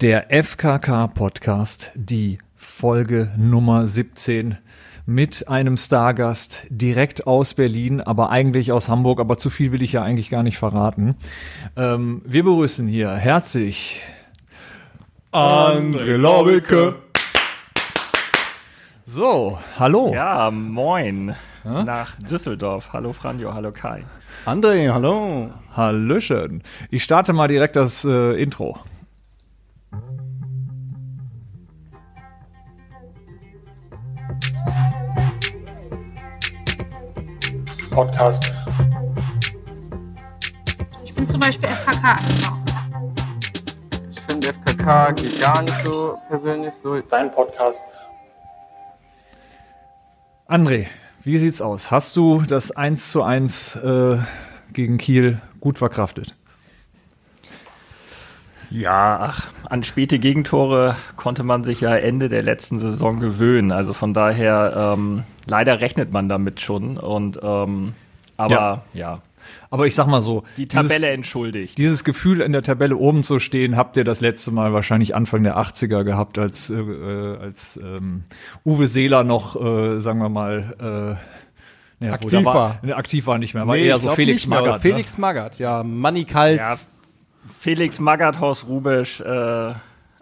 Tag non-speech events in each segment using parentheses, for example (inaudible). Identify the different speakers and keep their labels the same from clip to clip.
Speaker 1: Der FKK-Podcast, die Folge Nummer 17 mit einem Stargast direkt aus Berlin, aber eigentlich aus Hamburg, aber zu viel will ich ja eigentlich gar nicht verraten. Ähm, wir begrüßen hier herzlich
Speaker 2: André Laubeke.
Speaker 1: So, hallo.
Speaker 3: Ja, moin. Nach Düsseldorf. Hallo Franjo, hallo Kai.
Speaker 2: André, hallo.
Speaker 1: Hallöchen. Ich starte mal direkt das äh, Intro.
Speaker 4: Podcast.
Speaker 5: Ich bin zum Beispiel FKK angekommen.
Speaker 6: Ich finde FKK geht gar nicht so persönlich so.
Speaker 4: Dein Podcast.
Speaker 1: André, wie sieht's aus? Hast du das 1 zu 1 äh, gegen Kiel gut verkraftet?
Speaker 3: Ja, ach, an späte Gegentore konnte man sich ja Ende der letzten Saison gewöhnen. Also von daher, ähm, leider rechnet man damit schon. Und ähm, aber ja.
Speaker 1: Aber ich sag mal so,
Speaker 3: die
Speaker 1: dieses-
Speaker 3: Tabelle entschuldigt.
Speaker 1: Dieses Gefühl, in der Tabelle oben zu stehen, habt ihr das letzte Mal wahrscheinlich Anfang der 80er gehabt, als, äh, äh, als ähm, Uwe Seeler noch, äh, sagen wir mal, äh, naja,
Speaker 2: Aktiv war.
Speaker 1: Ne, aktiv war nicht mehr, war eher
Speaker 2: ich
Speaker 1: so
Speaker 2: glaub
Speaker 1: Felix
Speaker 2: nicht mehr,
Speaker 1: Magath. ne?
Speaker 2: oder Felix Magath, ja, Manny Kals.
Speaker 3: Ja, Felix Magath, Horst Rubisch, äh,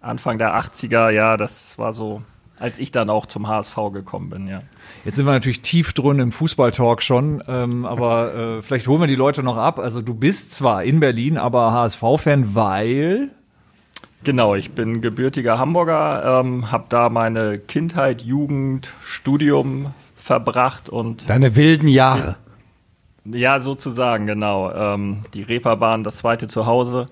Speaker 3: Anfang der 80er, ja, das war so, als ich dann auch zum HSV gekommen bin, ja.
Speaker 1: ne? Jetzt sind wir natürlich tief drin im Fußballtalk schon, ähm, aber äh, vielleicht holen wir die Leute noch ab. Also du bist zwar in Berlin, aber HSV-Fan, weil
Speaker 3: Genau, ich bin gebürtiger Hamburger, ähm, habe da meine Kindheit, Jugend, Studium verbracht und
Speaker 2: Deine wilden Jahre.
Speaker 3: ja, sozusagen, genau, ähm, die Reeperbahn, das zweite Zuhause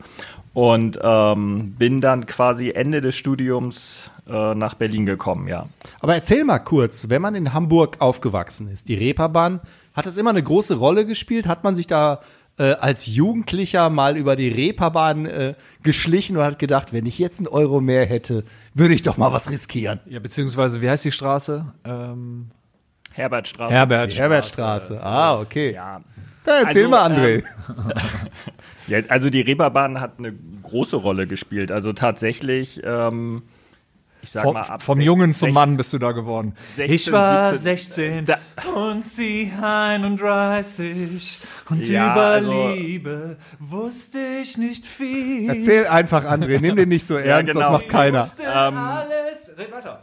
Speaker 3: und ähm, bin dann quasi Ende des Studiums äh, nach Berlin gekommen, ja.
Speaker 2: Aber erzähl mal kurz, wenn man in Hamburg aufgewachsen ist, die Reeperbahn, hat das immer eine große Rolle gespielt? Hat man sich da äh, als Jugendlicher mal über die Reeperbahn äh, geschlichen und hat gedacht, wenn ich jetzt einen Euro mehr hätte, würde ich doch mal was riskieren?
Speaker 1: ja, beziehungsweise wie heißt die Straße? Ähm,
Speaker 3: Herbertstraße.
Speaker 1: Herbert.
Speaker 2: Herbertstraße. Ah, okay.
Speaker 3: Ja.
Speaker 2: Dann erzähl
Speaker 3: Also,
Speaker 2: mal,
Speaker 1: ähm,
Speaker 2: André.
Speaker 3: Ja, also die Reeperbahn hat eine große Rolle gespielt. Also tatsächlich, ähm, ich sag
Speaker 1: Vom,
Speaker 3: mal ab
Speaker 1: vom
Speaker 3: sech-
Speaker 1: Jungen zum
Speaker 3: sech-
Speaker 1: Mann bist du da geworden.
Speaker 3: 16,
Speaker 1: 16
Speaker 3: Da-
Speaker 1: und sie 31 und
Speaker 3: Ja, also-
Speaker 1: Liebe wusste ich nicht viel.
Speaker 2: Erzähl einfach, André. Nimm den nicht so ernst,
Speaker 3: genau.
Speaker 2: das macht keiner.
Speaker 1: alles. Red weiter.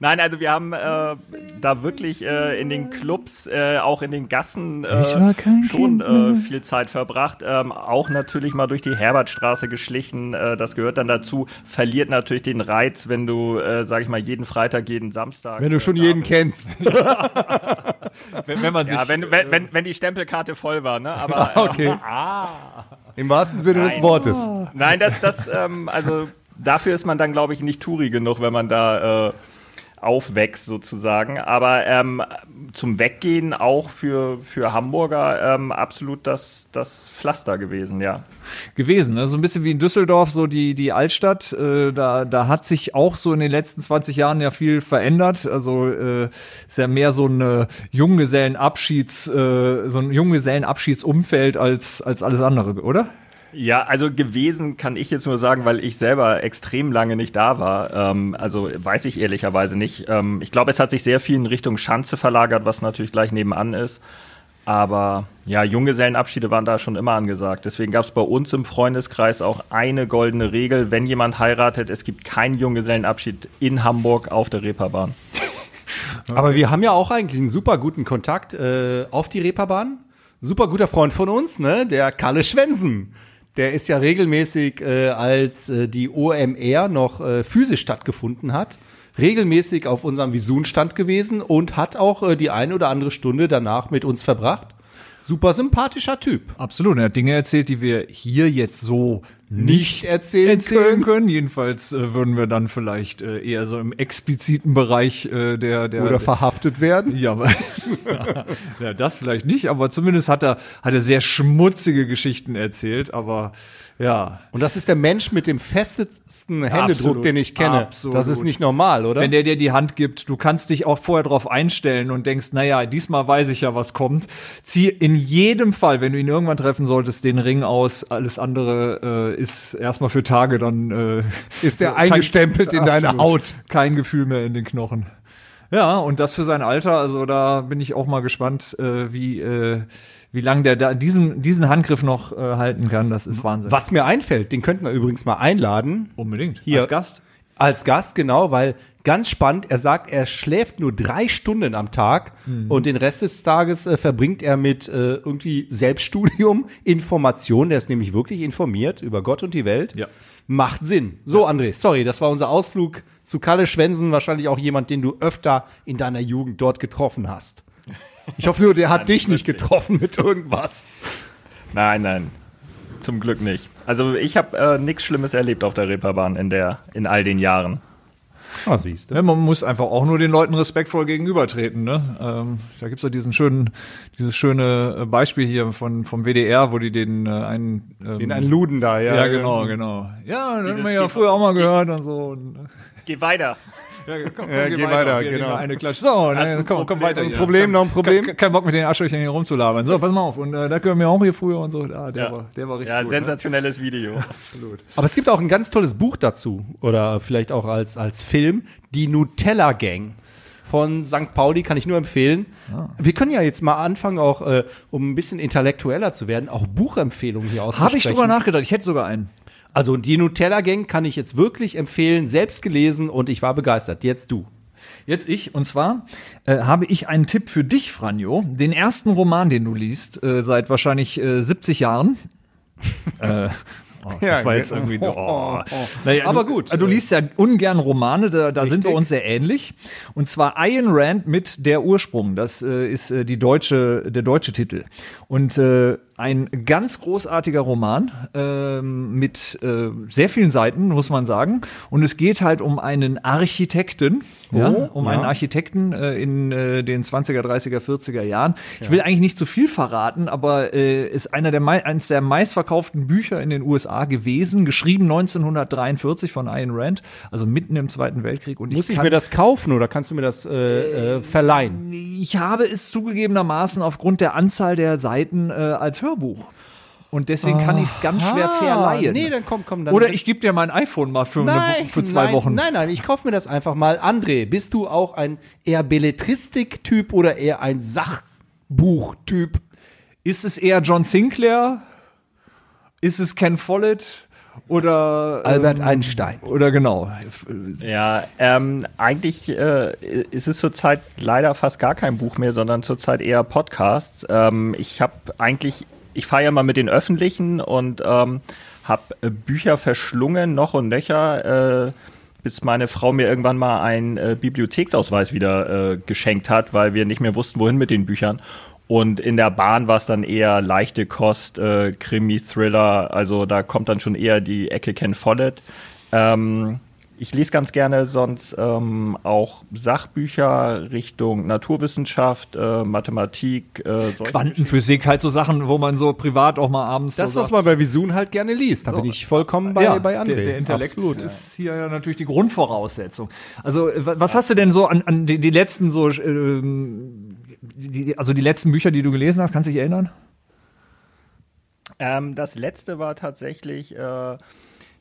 Speaker 3: Nein, also wir haben äh, da wirklich äh, in den Clubs, äh, auch in den Gassen äh,
Speaker 1: Ich war kein Kind
Speaker 3: schon
Speaker 1: mehr.
Speaker 3: äh, viel Zeit verbracht. Ähm, auch natürlich mal durch die Herbertstraße geschlichen. Äh, das gehört dann dazu. Verliert natürlich den Reiz, wenn du, äh, sag ich mal, jeden Freitag, jeden Samstag.
Speaker 2: Wenn du
Speaker 3: äh,
Speaker 2: schon
Speaker 3: da
Speaker 2: jeden
Speaker 3: bist.
Speaker 2: kennst.
Speaker 1: Wenn, wenn man
Speaker 3: Ja,
Speaker 1: sich, äh,
Speaker 3: wenn, wenn, wenn, wenn die Stempelkarte voll war,
Speaker 1: (laughs)
Speaker 3: ne? Aber äh,
Speaker 2: Okay.
Speaker 1: Ah.
Speaker 2: Im wahrsten Sinne des
Speaker 3: Nein.
Speaker 2: Wortes.
Speaker 3: Nein, das, das, ähm, also dafür ist man dann, glaube ich, nicht Touri genug, wenn man da äh, aufwächst sozusagen. Aber ähm, zum Weggehen auch für, für Hamburger ähm, absolut das, das Pflaster gewesen, ja.
Speaker 1: gewesen. Ne? So ein bisschen wie in Düsseldorf, so die, die Altstadt. Äh, da, da hat sich auch so in den letzten 20 Jahren ja viel verändert. Also äh, ist ja mehr so ein äh, Junggesellenabschieds, äh, so ein Junggesellenabschiedsumfeld als, als alles andere, oder?
Speaker 3: Ja, also gewesen kann ich jetzt nur sagen, weil ich selber extrem lange nicht da war. Ähm, also weiß ich ehrlicherweise nicht. Ähm, ich glaube, es hat sich sehr viel in Richtung Schanze verlagert, was natürlich gleich nebenan ist. Aber ja, Junggesellenabschiede waren da schon immer angesagt. Deswegen gab es bei uns im Freundeskreis auch eine goldene Regel, wenn jemand heiratet, es gibt keinen Junggesellenabschied in Hamburg auf der Reeperbahn.
Speaker 2: Aber wir haben ja auch eigentlich einen super guten Kontakt äh, auf die Reeperbahn. Super guter Freund von uns, ne? Der Kalle Schwensen. Der ist ja regelmäßig, äh, als äh, die OMR noch äh, physisch stattgefunden hat, regelmäßig auf unserem Visun-Stand gewesen und hat auch äh, die eine oder andere Stunde danach mit uns verbracht. Super sympathischer Typ.
Speaker 1: Absolut, er hat Dinge erzählt, die wir hier jetzt so nicht
Speaker 2: erzählen
Speaker 1: erzählen
Speaker 2: können.
Speaker 1: können. Jedenfalls äh, würden wir dann vielleicht äh, eher so im expliziten Bereich äh, der, der
Speaker 2: Oder verhaftet
Speaker 1: (laughs)
Speaker 2: werden.
Speaker 1: ja, aber, (laughs) ja, das vielleicht nicht, aber zumindest hat er, hat er sehr schmutzige Geschichten erzählt, aber Ja.
Speaker 2: Und das ist der Mensch mit dem festesten Händedruck,
Speaker 1: Absolut.
Speaker 2: den ich kenne.
Speaker 1: Absolut.
Speaker 2: Das ist nicht normal, oder?
Speaker 1: Wenn der dir die Hand gibt, du kannst dich auch vorher drauf einstellen und denkst, naja, diesmal weiß ich ja, was kommt. Zieh in jedem Fall, wenn du ihn irgendwann treffen solltest, den Ring aus. Alles andere äh, ist erstmal für Tage, dann äh,
Speaker 2: ist der
Speaker 1: kein-
Speaker 2: eingestempelt in deine Haut.
Speaker 1: Absolut. Kein Gefühl mehr in den Knochen. Ja, und das für sein Alter, also da bin ich auch mal gespannt, äh, wie, äh, wie lange der da diesen, diesen Handgriff noch äh, halten kann. Das ist Wahnsinn.
Speaker 2: Was mir einfällt, den könnten wir übrigens mal einladen.
Speaker 1: Unbedingt.
Speaker 2: Hier.
Speaker 1: Als Gast.
Speaker 2: Als Gast, genau, weil ganz spannend, er sagt, er schläft nur drei Stunden am Tag und den Rest des Tages äh, verbringt er mit äh, irgendwie Selbststudium, (laughs) Information, der ist nämlich wirklich informiert über Gott und die Welt.
Speaker 1: Ja.
Speaker 2: Macht Sinn. So, André, sorry, das war unser Ausflug zu Kalle Schwensen, wahrscheinlich auch jemand, den du öfter in deiner Jugend dort getroffen hast. Ich hoffe nur, der (laughs) hat dich nicht getroffen mit irgendwas.
Speaker 3: Nein, nein. Zum Glück nicht. Also ich habe äh, nichts Schlimmes erlebt auf der Reeperbahn in, der, in all den Jahren.
Speaker 2: Ah, siehst
Speaker 1: Ja, man muss einfach auch nur den Leuten respektvoll gegenübertreten. Ne? Ähm, da gibt's ja diesen schönen, dieses schöne äh, Beispiel hier von, vom WDR, wo die den äh, einen. Ähm,
Speaker 2: In einen Luden da, ja.
Speaker 1: ja, genau, genau. Ja, das haben
Speaker 3: Dieses
Speaker 1: wir ja
Speaker 3: Ge-
Speaker 1: früher auch mal gehört und so. Und, ne?
Speaker 3: Geh weiter.
Speaker 1: ja, komm, komm,
Speaker 2: Ja, geh weiter,
Speaker 1: Hier,
Speaker 2: genau.
Speaker 1: nehmen wir Eine Klatsche. So,
Speaker 3: Hast du
Speaker 1: ne,
Speaker 3: ein
Speaker 1: komm, komm
Speaker 3: Problem-
Speaker 1: weiter.
Speaker 2: ein
Speaker 1: hier.
Speaker 2: Problem,
Speaker 1: Komm,
Speaker 2: noch ein Problem?
Speaker 1: Kein, kein Bock mit den Arschlöchern hier rumzulabern. So, pass mal auf. Und äh, da können wir auch hier früher und so. Ah, der, war, der war richtig
Speaker 3: ja
Speaker 1: gut. ne?
Speaker 3: sensationelles Video.
Speaker 2: Aber es gibt auch ein ganz tolles Buch dazu oder vielleicht auch als, als Film, die Nutella Gang von St. Pauli kann ich nur empfehlen.
Speaker 1: Ah.
Speaker 2: Wir können ja jetzt mal anfangen, auch äh, um ein bisschen intellektueller zu werden, auch Buchempfehlungen hier auszusprechen.
Speaker 1: Habe ich drüber nachgedacht. Ich hätte sogar einen.
Speaker 2: Also die Nutella Gang kann ich jetzt wirklich empfehlen, selbst gelesen und ich war begeistert. Jetzt du.
Speaker 1: Jetzt ich, und zwar äh, habe ich einen Tipp für dich, Franjo. Den ersten Roman, den du liest, äh, seit wahrscheinlich äh, 70
Speaker 2: (laughs)
Speaker 1: Jahren. äh, oh, das
Speaker 2: Ja,
Speaker 1: war jetzt
Speaker 2: ge-
Speaker 1: irgendwie. Oh.
Speaker 2: (laughs) oh, oh.
Speaker 1: Naja,
Speaker 2: Aber
Speaker 1: du,
Speaker 2: gut.
Speaker 1: äh, Du liest ja ungern Romane, da, da sind wir uns sehr ähnlich. Und zwar Ayn Rand mit Der Ursprung. Das äh, ist äh, die deutsche, der deutsche Titel. Und äh, ein ganz großartiger Roman ähm, mit äh, sehr vielen Seiten, muss man sagen. Und es geht halt um einen Architekten, ja, um einen Architekten äh, in äh, den 20er, 30er, 40er Jahren. Ich will eigentlich nicht zu viel verraten, aber äh, ist einer der mei- eines der meistverkauften Bücher in den USA gewesen, geschrieben 1943 von Ayn Rand, also mitten im Zweiten Weltkrieg. Und
Speaker 2: Muss ich
Speaker 1: kann-
Speaker 2: mir das kaufen oder kannst du mir das äh, äh, verleihen?
Speaker 1: ich habe es zugegebenermaßen aufgrund der Anzahl der Seiten äh, als Hörbuch. Und deswegen kann ich es ganz schwer
Speaker 2: Ah,
Speaker 1: verleihen.
Speaker 2: nee, dann komm, komm, dann-
Speaker 1: Oder ich gebe dir mein iPhone mal für, eine, Wo- für zwei
Speaker 2: nein,
Speaker 1: Wochen.
Speaker 2: Nein, nein, ich kaufe mir das einfach mal. André, bist du auch ein eher Belletristik-Typ oder eher ein Sachbuch-Typ?
Speaker 1: Ist es eher John Sinclair? Ist es Ken Follett? Oder äh,
Speaker 2: Albert Einstein.
Speaker 1: Oder genau.
Speaker 3: (laughs) Ja, ähm, eigentlich äh, ist es zurzeit leider fast gar kein Buch mehr, sondern zurzeit eher Podcasts. Ähm, ich habe eigentlich, ich fahre ja mal mit den Öffentlichen und ähm, habe Bücher verschlungen, noch und nöcher, äh, bis meine Frau mir irgendwann mal einen äh, Bibliotheksausweis wieder äh, geschenkt hat, weil wir nicht mehr wussten, wohin mit den Büchern. Und in der Bahn war es dann eher leichte Kost, äh, Krimi, Thriller, also da kommt dann schon eher die Ecke Ken Follett. Ähm, ich lese ganz gerne sonst ähm, auch Sachbücher Richtung Naturwissenschaft, äh, Mathematik, äh, solche
Speaker 1: Quantenphysik, halt so Sachen, wo man so privat auch mal abends.
Speaker 2: Das,
Speaker 1: so
Speaker 2: was
Speaker 1: sagt,
Speaker 2: man bei Visun halt gerne liest. Da bin ich vollkommen bei,
Speaker 1: ja,
Speaker 2: bei André.
Speaker 1: Der, der Intellekt
Speaker 2: Absolut.
Speaker 1: ist hier ja natürlich die Grundvoraussetzung. Also, äh, wa- was hast du denn so an, an die, die letzten so, ähm, die, die- also die letzten Bücher, die du gelesen hast, kannst du dich erinnern?
Speaker 3: Ähm, das letzte war tatsächlich äh,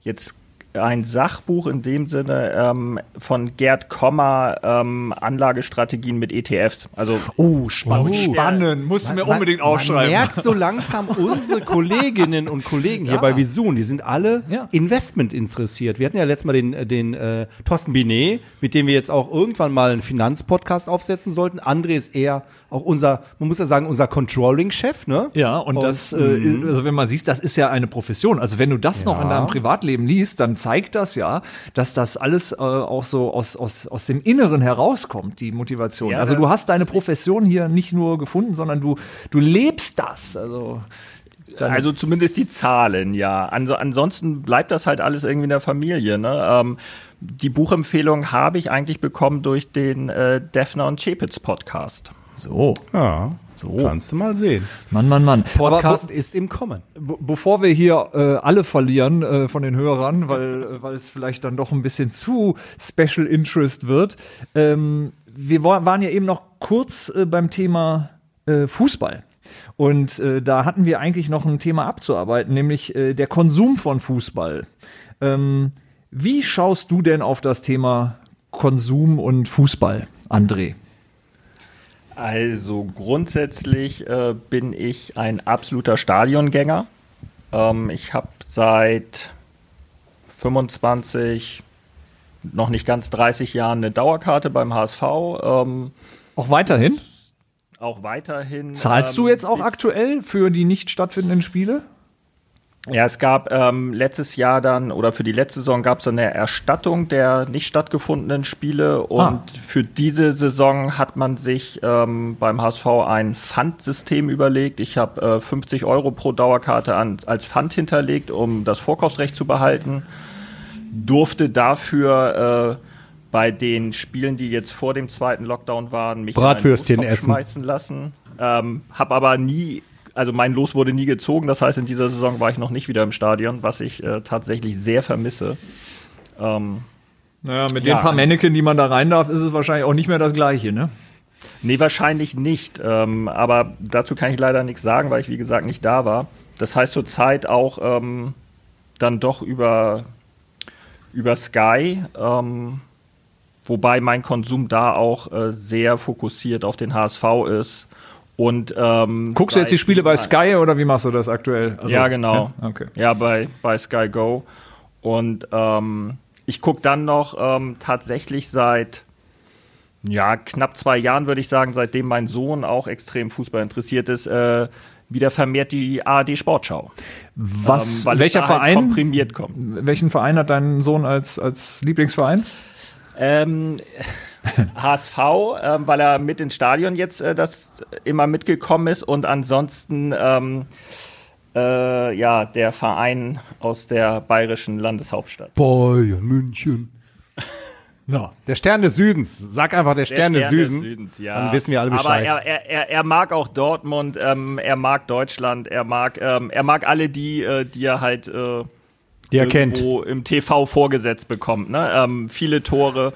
Speaker 3: jetzt ein Sachbuch in dem Sinne ähm, von Gerd Kommer, ähm, Anlagestrategien mit ETFs. Also
Speaker 2: Uh,
Speaker 1: Oh, spannend.
Speaker 3: Oh.
Speaker 1: Spannend. Musst du mir unbedingt aufschreiben.
Speaker 2: Man merkt so langsam unsere Kolleginnen und Kollegen hier
Speaker 1: Ja.
Speaker 2: bei Visun, die sind alle
Speaker 1: Ja.
Speaker 2: Investment interessiert. Wir hatten ja letztes Mal den, den äh, Thorsten Binet, mit dem wir jetzt auch irgendwann mal einen Finanzpodcast aufsetzen sollten. André ist eher auch unser, man muss ja sagen, unser Controlling-Chef, ne?
Speaker 1: Ja, und das, äh, ist- also wenn man sieht, das ist ja eine Profession. Also wenn du das noch in deinem Privatleben liest, dann zeigt das ja, dass das alles äh, auch so aus, aus, aus dem Inneren herauskommt, die Motivation.
Speaker 3: Ja,
Speaker 1: also
Speaker 3: das-
Speaker 1: du hast deine Profession hier nicht nur gefunden, sondern du, du lebst das. Also
Speaker 3: Also zumindest die Zahlen, ja. Anso- ansonsten bleibt das halt alles irgendwie in der Familie. Ne? Ähm, die Buchempfehlung habe ich eigentlich bekommen durch den äh, Defner und Chepitz Podcast.
Speaker 1: So,
Speaker 2: Ja,
Speaker 1: so.
Speaker 2: kannst du mal sehen.
Speaker 1: Mann, Mann, Mann.
Speaker 2: Podcast ist im Kommen.
Speaker 1: Be- Bevor wir hier äh, alle verlieren äh, von den Hörern, weil äh, weil es vielleicht dann doch ein bisschen zu Special Interest wird, ähm, wir wa- waren ja eben noch kurz äh, beim Thema äh, Fußball. Und äh, da hatten wir eigentlich noch ein Thema abzuarbeiten, nämlich äh, der Konsum von Fußball. Ähm, wie schaust du denn auf das Thema Konsum und Fußball, André?
Speaker 3: Also grundsätzlich äh, bin ich ein absoluter Stadiongänger. Ähm, ich habe seit 25, noch nicht ganz 30 Jahren eine Dauerkarte beim HSV. Ähm,
Speaker 1: Auch weiterhin?
Speaker 3: auch weiterhin.
Speaker 1: Zahlst
Speaker 3: ähm,
Speaker 1: du jetzt auch
Speaker 3: bis-
Speaker 1: aktuell für die nicht stattfindenden Spiele?
Speaker 3: Ja, es gab ähm, letztes Jahr dann, oder für die letzte Saison gab es eine Erstattung der nicht stattgefundenen Spiele. Und
Speaker 1: Ah.
Speaker 3: für diese Saison hat man sich ähm, beim HSV ein Pfandsystem überlegt. Ich habe äh, 50 Euro pro Dauerkarte an, als Pfand hinterlegt, um das Vorkaufsrecht zu behalten. Durfte dafür äh, bei den Spielen, die jetzt vor dem zweiten Lockdown waren, mich in einen
Speaker 2: Bratwürstchen
Speaker 3: Lostopf
Speaker 2: essen.
Speaker 3: schmeißen lassen. Ähm, hab aber nie, also mein Los wurde nie gezogen. Das heißt, in dieser Saison war ich noch nicht wieder im Stadion, was ich äh, tatsächlich sehr vermisse. Ähm,
Speaker 1: Naja, mit
Speaker 3: Ja.
Speaker 1: den paar Männchen, die man da rein darf, ist es wahrscheinlich auch nicht mehr das Gleiche, ne?
Speaker 3: nee, wahrscheinlich nicht. Ähm, aber dazu kann ich leider nichts sagen, weil ich, wie gesagt, nicht da war. Das heißt zurzeit auch ähm, dann doch über, über Sky. Ähm, wobei mein Konsum da auch äh, sehr fokussiert auf den HSV ist. Und ähm,
Speaker 1: Guckst du jetzt die
Speaker 3: seit-
Speaker 1: Spiele bei Sky oder wie machst du das aktuell? Also-
Speaker 3: ja, genau.
Speaker 1: Ja, okay.
Speaker 3: Ja, bei, bei Sky Go. Und ähm, ich gucke dann noch ähm, tatsächlich seit ja, knapp zwei Jahren, würde ich sagen, seitdem mein Sohn auch extrem Fußball interessiert ist, äh, wieder vermehrt die ARD Sportschau.
Speaker 1: Was,
Speaker 3: Ähm, weil es
Speaker 1: welcher
Speaker 3: da halt
Speaker 1: Verein,
Speaker 3: komprimiert kommt.
Speaker 1: welchen Verein hat dein Sohn als, als Lieblingsverein? (laughs)
Speaker 3: Ähm, HSV, ähm, weil er mit ins Stadion jetzt äh, das immer mitgekommen ist und ansonsten ähm, äh, ja der Verein aus der bayerischen Landeshauptstadt.
Speaker 2: Bayern München.
Speaker 1: Ja.
Speaker 2: Der Stern des Südens. Sag einfach der Stern,
Speaker 3: Der
Speaker 2: des Südens.
Speaker 3: ja.
Speaker 2: Dann wissen wir alle Bescheid.
Speaker 3: Aber er, er, er, er mag auch Dortmund, ähm, er mag Deutschland, er mag, ähm, er mag alle die, äh, die er halt äh,
Speaker 2: Die er kennt.
Speaker 3: irgendwo im TV vorgesetzt bekommt. Ne? Ähm, viele Tore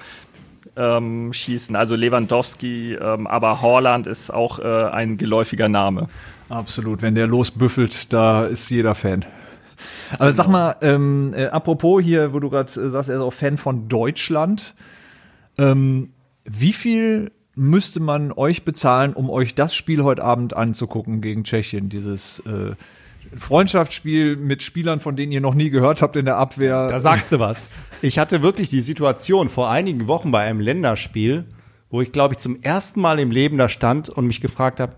Speaker 3: ähm, schießen, also Lewandowski, ähm, aber Horland ist auch äh, ein geläufiger Name.
Speaker 1: Absolut, wenn der losbüffelt, da ist jeder Fan. Aber sag mal, ähm, äh, apropos hier, wo du gerade äh, sagst, er ist auch Fan von Deutschland. Ähm, wie viel müsste man euch bezahlen, um euch das Spiel heute Abend anzugucken gegen Tschechien? Dieses äh, Freundschaftsspiel mit Spielern, von denen ihr noch nie gehört habt in der Abwehr.
Speaker 2: Da sagst du was. Äh, (laughs) Ich hatte wirklich die Situation vor einigen Wochen bei einem Länderspiel, wo ich, glaube ich, zum ersten Mal im Leben da stand und mich gefragt habe,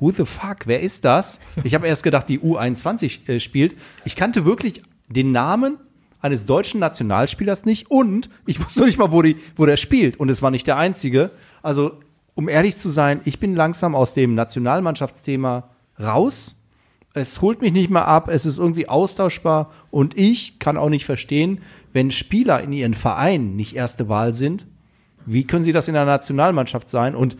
Speaker 2: who the fuck, wer ist das? Ich habe erst gedacht, die U21 äh, spielt. Ich kannte wirklich den Namen eines deutschen Nationalspielers nicht und ich wusste nicht mal, wo, die, wo der spielt und es war nicht der einzige. Also, um ehrlich zu sein, ich bin langsam aus dem Nationalmannschaftsthema raus es holt mich nicht mehr ab, es ist irgendwie austauschbar und ich kann auch nicht verstehen, wenn Spieler in ihren Vereinen nicht erste Wahl sind, wie können sie das in der Nationalmannschaft sein? Und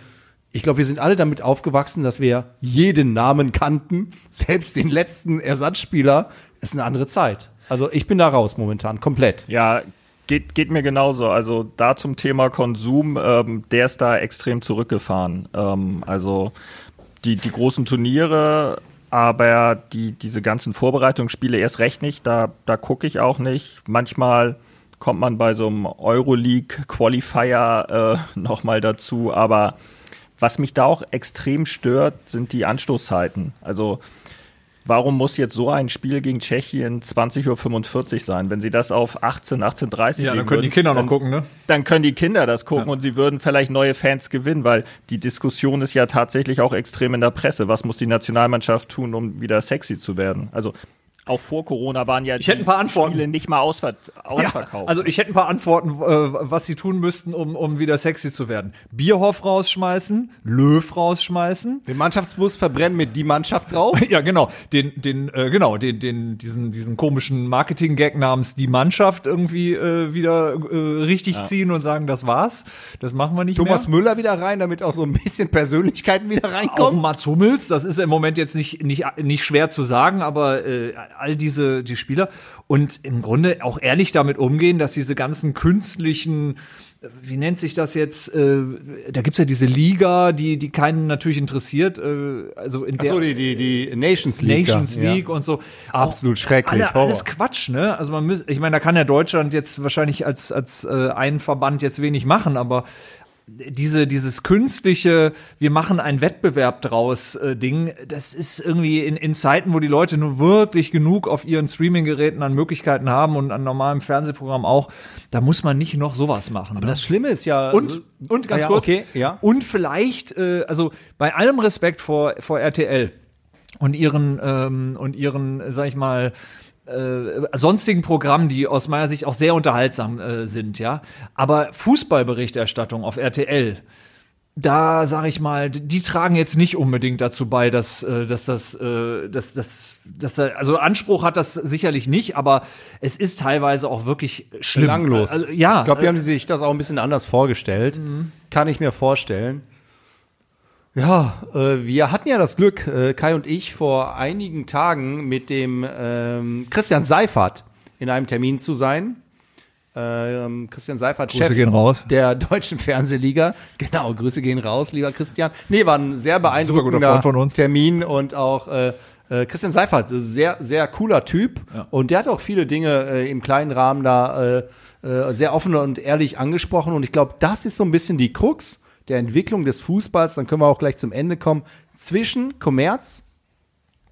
Speaker 2: ich glaube, wir sind alle damit aufgewachsen, dass wir jeden Namen kannten, selbst den letzten Ersatzspieler. Es ist eine andere Zeit. Also ich bin da raus momentan, komplett.
Speaker 3: Ja, geht, geht mir genauso. Also da zum Thema Konsum, ähm, der ist da extrem zurückgefahren. Ähm, also die, die großen Turniere, aber die, diese ganzen Vorbereitungsspiele erst recht nicht. Da, da gucke ich auch nicht. Manchmal kommt man bei so einem Euroleague-Qualifier äh, (laughs) nochmal dazu, aber was mich da auch extrem stört, sind die Anstoßzeiten. Also warum muss jetzt so ein Spiel gegen Tschechien 20.45 Uhr sein? Wenn sie das auf 18, 18.30 Uhr
Speaker 1: ja, dann
Speaker 3: legen
Speaker 1: können die
Speaker 3: würden,
Speaker 1: Kinder noch
Speaker 3: dann-
Speaker 1: gucken, ne?
Speaker 3: dann können die Kinder das gucken und sie würden vielleicht neue Fans gewinnen, weil die Diskussion ist ja tatsächlich auch extrem in der Presse. Was muss die Nationalmannschaft tun, um wieder sexy zu werden? Also Auch vor Corona waren ja
Speaker 1: Ich hätte ein paar Antworten.
Speaker 3: Spiele nicht mal ausver ausverkauft.
Speaker 1: Also ich hätte ein paar Antworten, äh, was sie tun müssten, um, um wieder sexy zu werden. Bierhoff rausschmeißen, Löw rausschmeißen.
Speaker 2: Den Mannschaftsbus verbrennen mit die Mannschaft (laughs) drauf.
Speaker 1: (laughs) Ja, genau. Den, den, äh, genau, den, den, diesen, diesen komischen Marketing-Gag namens die Mannschaft irgendwie äh, wieder äh, richtig ziehen und sagen, das war's. Das machen wir nicht
Speaker 2: Thomas
Speaker 1: mehr.
Speaker 2: Müller wieder rein, damit auch so ein bisschen Persönlichkeiten wieder
Speaker 1: Auch
Speaker 2: reinkommen.
Speaker 1: Mats Hummels, das ist im Moment jetzt nicht, nicht, nicht schwer zu sagen, aber äh, all diese die Spieler und im Grunde auch ehrlich damit umgehen, dass diese ganzen künstlichen äh, wie nennt sich das jetzt? Äh, da gibt's ja diese Liga, die, die keinen natürlich interessiert. Äh, also in der
Speaker 2: Achso, die, die, die Nations League.
Speaker 1: Nations
Speaker 2: da.
Speaker 1: League und so.
Speaker 2: Absolut schrecklich,
Speaker 1: Alle, alles
Speaker 2: Horror.
Speaker 1: Quatsch, ne? Also man muss, ich meine, da kann ja Deutschland jetzt wahrscheinlich als, als äh, ein Verband jetzt wenig machen, aber diese, dieses künstliche, wir machen einen Wettbewerb draus, äh, Ding, das ist irgendwie in, in Zeiten, wo die Leute nur wirklich genug auf ihren Streaming-Geräten an Möglichkeiten haben und an normalem Fernsehprogramm auch, da muss man nicht noch sowas machen. ne?
Speaker 2: Das Schlimme ist ja.
Speaker 1: Und, und ganz
Speaker 2: Ah ja,
Speaker 1: kurz,
Speaker 2: Okay, ja.
Speaker 1: und vielleicht, äh, also bei allem Respekt vor, vor RTL und ihren, ähm, und ihren, äh, sag ich mal, äh, sonstigen Programmen, die aus meiner Sicht auch sehr unterhaltsam äh, sind, ja. Aber Fußballberichterstattung auf RTL, da sage ich mal, die- die tragen jetzt nicht unbedingt dazu bei, dass, äh, dass das, äh, dass, dass, dass, da- also Anspruch hat das sicherlich nicht, aber es ist teilweise auch wirklich schlimm.
Speaker 2: Langlos.
Speaker 1: Also, ja, Mhm.
Speaker 2: Ich glaube, die haben sich das auch ein bisschen anders vorgestellt. Kann ich mir vorstellen. Ja, äh, wir hatten ja das Glück, äh, Kai und ich, vor einigen Tagen mit dem ähm, Christian Seifert in einem Termin zu sein. Ähm, Christian Seifert,
Speaker 1: Grüße
Speaker 2: Chef
Speaker 1: gehen raus.
Speaker 2: der deutschen Fernsehliga. (laughs) Genau, Grüße gehen raus, lieber Christian. Nee, war ein sehr beeindruckender
Speaker 1: Freund von uns.
Speaker 2: Termin und auch äh, äh, Christian Seifert, sehr, sehr cooler Typ. Und der hat auch viele Dinge äh, im kleinen Rahmen da äh, äh, sehr offen und ehrlich angesprochen. Und ich glaube, das ist so ein bisschen die Krux der Entwicklung des Fußballs. Dann können wir auch gleich zum Ende kommen. Zwischen Kommerz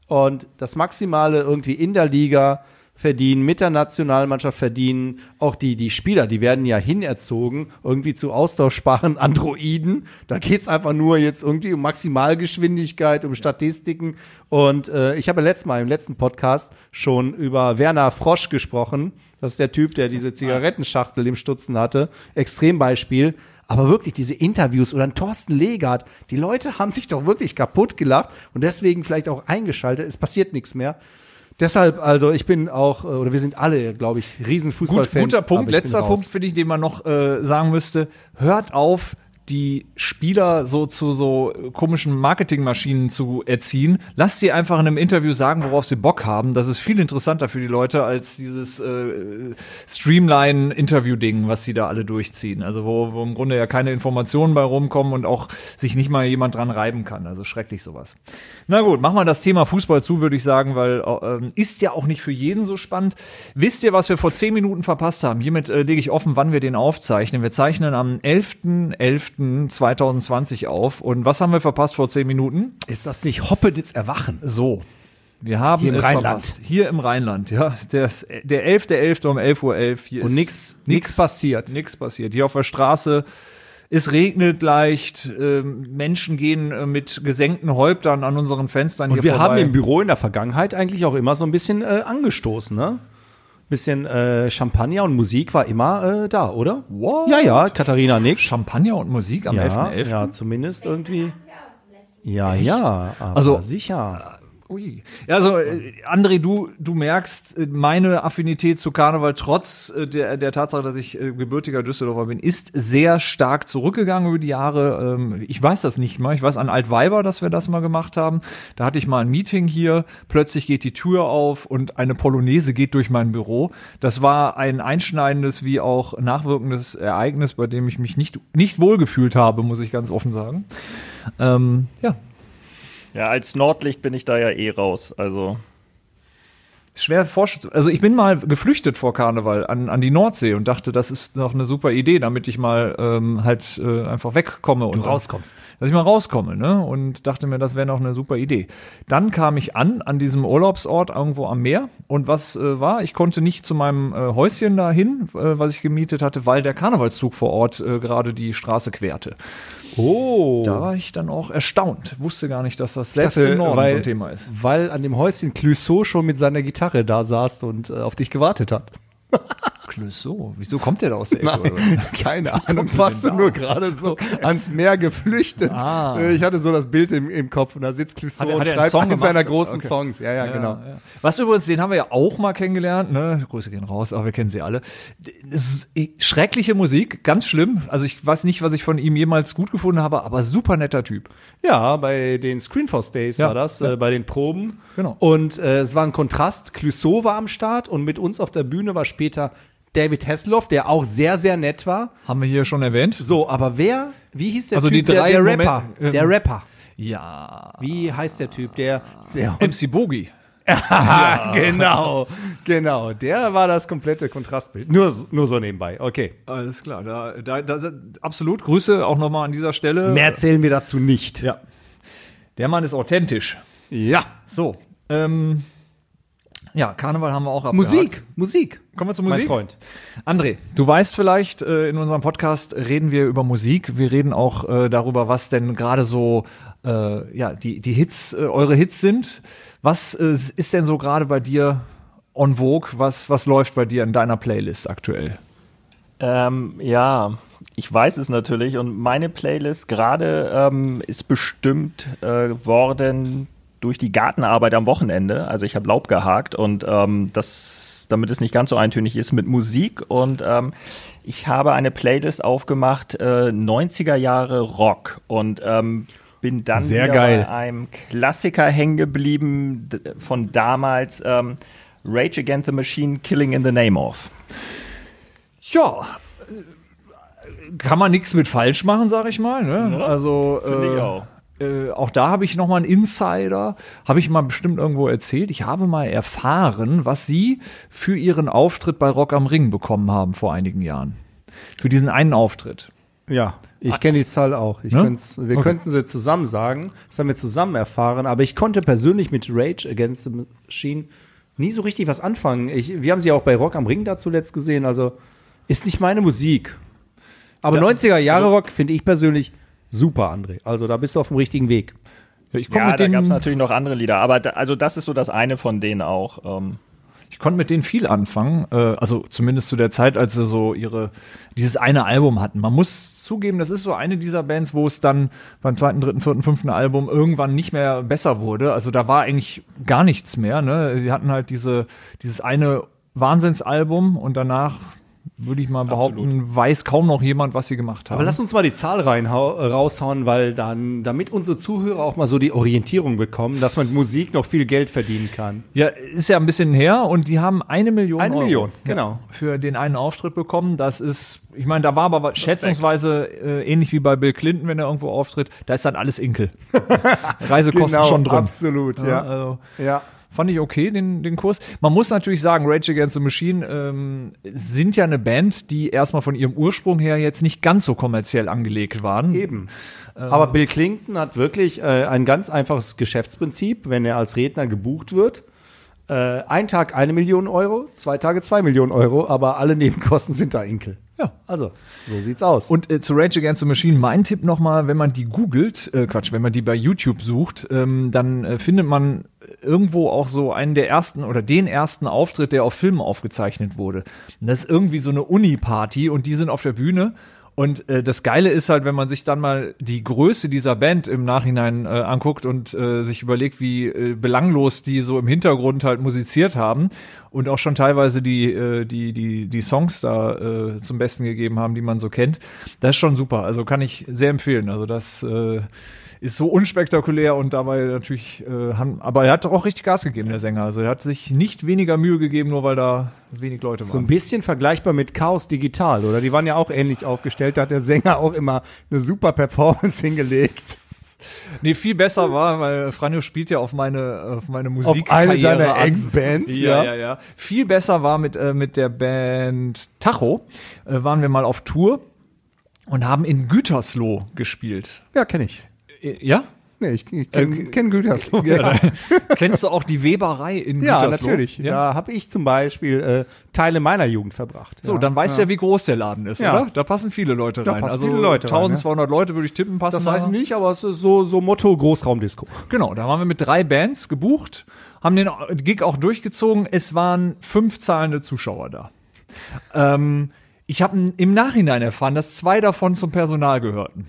Speaker 2: und das Maximale irgendwie in der Liga verdienen, mit der Nationalmannschaft verdienen. Auch die, die Spieler, die werden ja hinerzogen, irgendwie zu austauschbaren (laughs) Androiden. Da geht's einfach nur jetzt irgendwie um Maximalgeschwindigkeit, um Statistiken. Und äh, ich habe ja letztes Mal im letzten Podcast schon über Werner Frosch gesprochen. Das ist der Typ, der diese Zigarettenschachtel im Stutzen hatte. Extrembeispiel. Aber wirklich diese Interviews oder ein Thorsten Legard, die Leute haben sich doch wirklich kaputt gelacht und deswegen vielleicht auch eingeschaltet. Es passiert nichts mehr. Deshalb, also ich bin auch, äh, oder wir sind alle, glaube ich,
Speaker 1: Gut,
Speaker 2: Riesenfußballfans.
Speaker 1: guter
Speaker 2: aber ich
Speaker 1: Punkt,
Speaker 2: bin
Speaker 1: letzter
Speaker 2: raus.
Speaker 1: Punkt, finde ich, den man noch äh, sagen müsste. Hört auf, die Spieler so zu so komischen Marketingmaschinen zu erziehen. Lasst sie einfach in einem Interview sagen, worauf sie Bock haben. Das ist viel interessanter für die Leute als dieses äh, Streamline-Interview-Ding, was sie da alle durchziehen. Also wo, wo im Grunde ja keine Informationen bei rumkommen und auch sich nicht mal jemand dran reiben kann. Also schrecklich sowas. Na gut, machen wir das Thema Fußball zu, würde ich sagen, weil ähm, ist ja auch nicht für jeden so spannend. Wisst ihr, was wir vor zehn Minuten verpasst haben? Hiermit äh, lege ich offen, wann wir den aufzeichnen. Wir zeichnen am 11.11.2020 auf. Und was haben wir verpasst vor zehn Minuten?
Speaker 2: Ist das nicht Hoppeditz Erwachen?
Speaker 1: So. Wir haben
Speaker 2: Hier im
Speaker 1: es
Speaker 2: Rheinland.
Speaker 1: verpasst. Hier im Rheinland, ja. Der, der 11.11. um 11.11 Uhr. Hier
Speaker 2: Und
Speaker 1: ist
Speaker 2: nix, nix passiert.
Speaker 1: Nix passiert. Hier auf der Straße, es regnet leicht, ähm, Menschen gehen äh, mit gesenkten Häuptern an unseren Fenstern
Speaker 2: Und
Speaker 1: hier
Speaker 2: wir
Speaker 1: vorbei.
Speaker 2: haben im Büro in der Vergangenheit eigentlich auch immer so ein bisschen äh, angestoßen, ne? Bisschen äh, Champagner und Musik war immer äh, da, oder?
Speaker 1: What?
Speaker 2: Ja, ja, Katharina nickt.
Speaker 1: Champagner und Musik am 11.11.
Speaker 2: ja, zumindest irgendwie. Ja, ja, aber
Speaker 1: Also-
Speaker 2: sicher.
Speaker 1: Ui. Ja, also äh, André, du, du merkst, äh, meine Affinität zu Karneval, trotz äh, der, der Tatsache, dass ich äh, gebürtiger Düsseldorfer bin, ist sehr stark zurückgegangen über die Jahre. Ähm, ich weiß das nicht mal. Ich weiß an Altweiber, dass wir das mal gemacht haben. Da hatte ich mal ein Meeting hier. Plötzlich geht die Tür auf und eine Polonaise geht durch mein Büro. Das war ein einschneidendes wie auch nachwirkendes Ereignis, bei dem ich mich nicht, nicht wohlgefühlt habe, muss ich ganz offen sagen. Ähm, ja,
Speaker 3: ja, als Nordlicht bin ich da ja eh raus. Also
Speaker 1: schwer vorstellen. Also ich bin mal geflüchtet vor Karneval an, an die Nordsee und dachte, das ist noch eine super Idee, damit ich mal ähm, halt äh, einfach wegkomme und
Speaker 2: rauskommst.
Speaker 1: dass ich mal rauskomme, ne? Und dachte mir, das wäre noch eine super Idee. Dann kam ich an an diesem Urlaubsort irgendwo am Meer und was äh, war? Ich konnte nicht zu meinem äh, Häuschen dahin, äh, was ich gemietet hatte, weil der Karnevalszug vor Ort äh, gerade die Straße querte.
Speaker 2: Oh.
Speaker 1: Da war ich dann auch erstaunt, wusste gar nicht, dass das
Speaker 2: Ich
Speaker 1: selbst
Speaker 2: dachte,
Speaker 1: im Norden
Speaker 2: weil,
Speaker 1: so ein Thema ist.
Speaker 2: Weil an dem Häuschen Clouseau schon mit seiner Gitarre da saß und äh, auf dich gewartet hat.
Speaker 1: Clouseau. Wieso kommt der da aus der
Speaker 2: (laughs)
Speaker 1: Ecke? oder?
Speaker 2: Nein, keine Ahnung. Warst du nur gerade so ans Meer geflüchtet?
Speaker 1: Ah.
Speaker 2: Äh, Ich hatte so das Bild im, im Kopf und da sitzt Clouseau
Speaker 1: Hat er-
Speaker 2: und
Speaker 1: hat er einen
Speaker 2: schreibt
Speaker 1: Song
Speaker 2: einen
Speaker 1: gemacht?
Speaker 2: seiner großen
Speaker 1: Okay.
Speaker 2: Songs. Ja, ja,
Speaker 1: Ja,
Speaker 2: genau.
Speaker 1: ja. Was übrigens, den haben wir ja auch mal kennengelernt, ne? Grüße gehen raus, aber wir kennen sie alle. Das ist eh- schreckliche Musik, ganz schlimm. Also ich weiß nicht, was ich von ihm jemals gut gefunden habe, aber super netter Typ.
Speaker 2: Ja, bei den Screenforce Days
Speaker 1: Ja,
Speaker 2: war das,
Speaker 1: ja.
Speaker 2: äh, bei den Proben.
Speaker 1: Genau.
Speaker 2: Und äh, es war ein Kontrast. Clouseau war am Start und mit uns auf der Bühne war später David Hasselhoff, der auch sehr, sehr nett war.
Speaker 1: Haben wir hier schon erwähnt?
Speaker 2: So, aber wer, wie hieß der
Speaker 1: Also
Speaker 2: Typ?
Speaker 1: die drei
Speaker 2: der, der
Speaker 1: Moment-
Speaker 2: Rapper.
Speaker 1: ähm,
Speaker 2: der Rapper.
Speaker 1: Ja.
Speaker 2: Wie heißt der Typ? Der, der
Speaker 1: MC Bogi. (laughs)
Speaker 2: Ah, genau, (laughs) genau. Der war das komplette Kontrastbild. Nur, nur so nebenbei. Okay.
Speaker 1: Alles klar, da, da, da sind absolut Grüße auch nochmal an dieser Stelle.
Speaker 2: Mehr erzählen wir dazu nicht.
Speaker 1: Ja. Der Mann ist authentisch.
Speaker 2: Ja.
Speaker 1: So, ähm, ja, Karneval haben wir auch abgehakt.
Speaker 2: Musik, Musik.
Speaker 1: Kommen wir zur
Speaker 2: Mein
Speaker 1: Musik.
Speaker 2: Freund.
Speaker 1: André, du weißt vielleicht, äh, in unserem Podcast reden wir über Musik. Wir reden auch äh, darüber, was denn gerade so äh, ja, die, die Hits, äh, eure Hits sind. Was äh, ist denn so gerade bei dir on vogue? Was, was läuft bei dir in deiner Playlist aktuell?
Speaker 3: Ähm, ja, ich weiß es natürlich und meine Playlist gerade ähm, ist bestimmt äh, worden durch die Gartenarbeit am Wochenende. Also ich habe Laub gehakt und ähm, das, damit es nicht ganz so eintönig ist, mit Musik und ähm, ich habe eine Playlist aufgemacht, äh, 90er Jahre Rock und ähm, bin dann
Speaker 2: Sehr
Speaker 3: wieder
Speaker 2: geil.
Speaker 3: bei einem Klassiker hängen geblieben d- von damals, ähm, Rage Against the Machine, Killing in the Name of.
Speaker 1: Ja, äh, kann man nichts mit falsch machen, sag ich mal. Ne?
Speaker 3: Ja,
Speaker 1: also
Speaker 3: finde ich
Speaker 1: äh,
Speaker 3: auch.
Speaker 1: Äh, auch da habe ich nochmal einen Insider, habe ich mal bestimmt irgendwo erzählt. Ich habe mal erfahren, was sie für ihren Auftritt bei Rock am Ring bekommen haben vor einigen Jahren. Für diesen einen Auftritt.
Speaker 2: Ja, ich kenne die Zahl auch. Ich
Speaker 1: Ne?
Speaker 2: könnt's, wir
Speaker 1: Okay.
Speaker 2: könnten sie zusammen sagen. Das haben wir zusammen erfahren. Aber ich konnte persönlich mit Rage Against the Machine nie so richtig was anfangen. Ich, wir haben sie auch bei Rock am Ring da zuletzt gesehen. Also ist nicht meine Musik. Aber 90er Jahre
Speaker 1: also
Speaker 2: Rock finde ich persönlich super, André. Also da bist du auf dem richtigen Weg.
Speaker 1: Ja, Ich konnte
Speaker 3: Ja,
Speaker 1: mit,
Speaker 3: da gab
Speaker 1: denen-
Speaker 3: es natürlich noch andere Lieder, aber da, also das ist so das eine von denen auch. Ähm,
Speaker 1: ich konnte mit denen viel anfangen. Äh, also zumindest zu der Zeit, als sie so ihre, dieses eine Album hatten. Man muss zugeben, das ist so eine dieser Bands, wo es dann beim zweiten, dritten, vierten, fünften Album irgendwann nicht mehr besser wurde. Also da war eigentlich gar nichts mehr. Ne? Sie hatten halt diese, dieses eine Wahnsinnsalbum und danach würde ich mal behaupten, weiß kaum noch jemand, was sie gemacht haben.
Speaker 2: Aber lass uns mal die Zahl rein, raushauen, weil dann, damit unsere Zuhörer auch mal so die Orientierung bekommen, dass man mit Musik noch viel Geld verdienen kann.
Speaker 1: Ja, ist ja ein bisschen her und die haben eine Million
Speaker 2: Eine
Speaker 1: Euro
Speaker 2: Million,
Speaker 1: ja,
Speaker 2: genau.
Speaker 1: für den einen Auftritt bekommen. Das ist, ich meine, da war aber was- schätzungsweise äh, ähnlich wie bei Bill Clinton, wenn er irgendwo auftritt, da ist dann alles
Speaker 2: (laughs)
Speaker 1: Inkel. Reisekosten schon drin.
Speaker 2: absolut,
Speaker 1: Ja, also
Speaker 2: Genau, ja.
Speaker 1: fand ich okay, den, den Kurs. Man muss natürlich sagen, Rage Against the Machine ähm, sind ja eine Band, die erstmal von ihrem Ursprung her jetzt nicht ganz so kommerziell angelegt waren.
Speaker 2: Eben. Aber Bill Clinton hat wirklich äh, ein ganz einfaches Geschäftsprinzip, wenn er als Redner gebucht wird. Äh, ein Tag eine Million Euro, zwei Tage zwei Millionen Euro, aber alle Nebenkosten sind da Inkel.
Speaker 1: Ja.
Speaker 2: Also, so sieht's aus.
Speaker 1: Und äh, zu Rage Against the Machine, mein Tipp nochmal, wenn man die googelt, äh, Quatsch, wenn man die bei YouTube sucht, ähm, dann äh, findet man irgendwo auch so einen der ersten oder den ersten Auftritt, der auf Filmen aufgezeichnet wurde. Und das ist irgendwie so eine Uni-Party und die sind auf der Bühne. Und äh, das Geile ist halt, wenn man sich dann mal die Größe dieser Band im Nachhinein äh, anguckt und äh, sich überlegt, wie äh, belanglos die so im Hintergrund halt musiziert haben und auch schon teilweise die, äh, die, die, die Songs da äh, zum Besten gegeben haben, die man so kennt. Das ist schon super. Also kann ich sehr empfehlen. Also das äh, ist so unspektakulär und dabei natürlich, äh, haben, aber er hat doch auch richtig Gas gegeben, der Sänger. Also er hat sich nicht weniger Mühe gegeben, nur weil da wenig Leute
Speaker 2: So ein
Speaker 1: waren.
Speaker 2: bisschen vergleichbar mit Chaos Digital, oder? Die waren ja auch ähnlich aufgestellt. Da hat der Sänger auch immer eine super Performance hingelegt.
Speaker 1: Nee, viel besser war, weil Franjo spielt ja auf meine, (laughs) auf meine
Speaker 2: Auf
Speaker 1: Musik.
Speaker 2: eine deiner Ex-Bands.
Speaker 1: Ja, ja, ja, Viel besser war mit, äh, mit der Band Tacho, äh, waren wir mal auf Tour und haben in Gütersloh gespielt.
Speaker 2: Ja, kenne ich.
Speaker 1: Äh, Ja?
Speaker 2: Nee, ich, ich kenne kenn Gütersloh.
Speaker 1: (laughs) Ja. Kennst du auch die Weberei in
Speaker 2: Ja,
Speaker 1: Gütersloh?
Speaker 2: natürlich.
Speaker 1: Ja.
Speaker 2: Da habe ich zum Beispiel äh, Teile meiner Jugend verbracht.
Speaker 1: So,
Speaker 2: ja.
Speaker 1: dann weißt du ja. wie groß der Laden ist,
Speaker 2: Ja.
Speaker 1: oder? Da passen viele Leute
Speaker 2: Da
Speaker 1: rein.
Speaker 2: passen
Speaker 1: also
Speaker 2: viele Leute rein,
Speaker 1: 1200 Leute würde ich tippen, passen
Speaker 2: Das weiß
Speaker 1: da.
Speaker 2: ich nicht, aber es ist so, so Motto Großraumdisco.
Speaker 1: Genau, da waren wir mit drei Bands gebucht, haben den Gig auch durchgezogen. Es waren fünf zahlende Zuschauer da. Ähm, ich habe im Nachhinein erfahren, dass zwei davon zum Personal gehörten.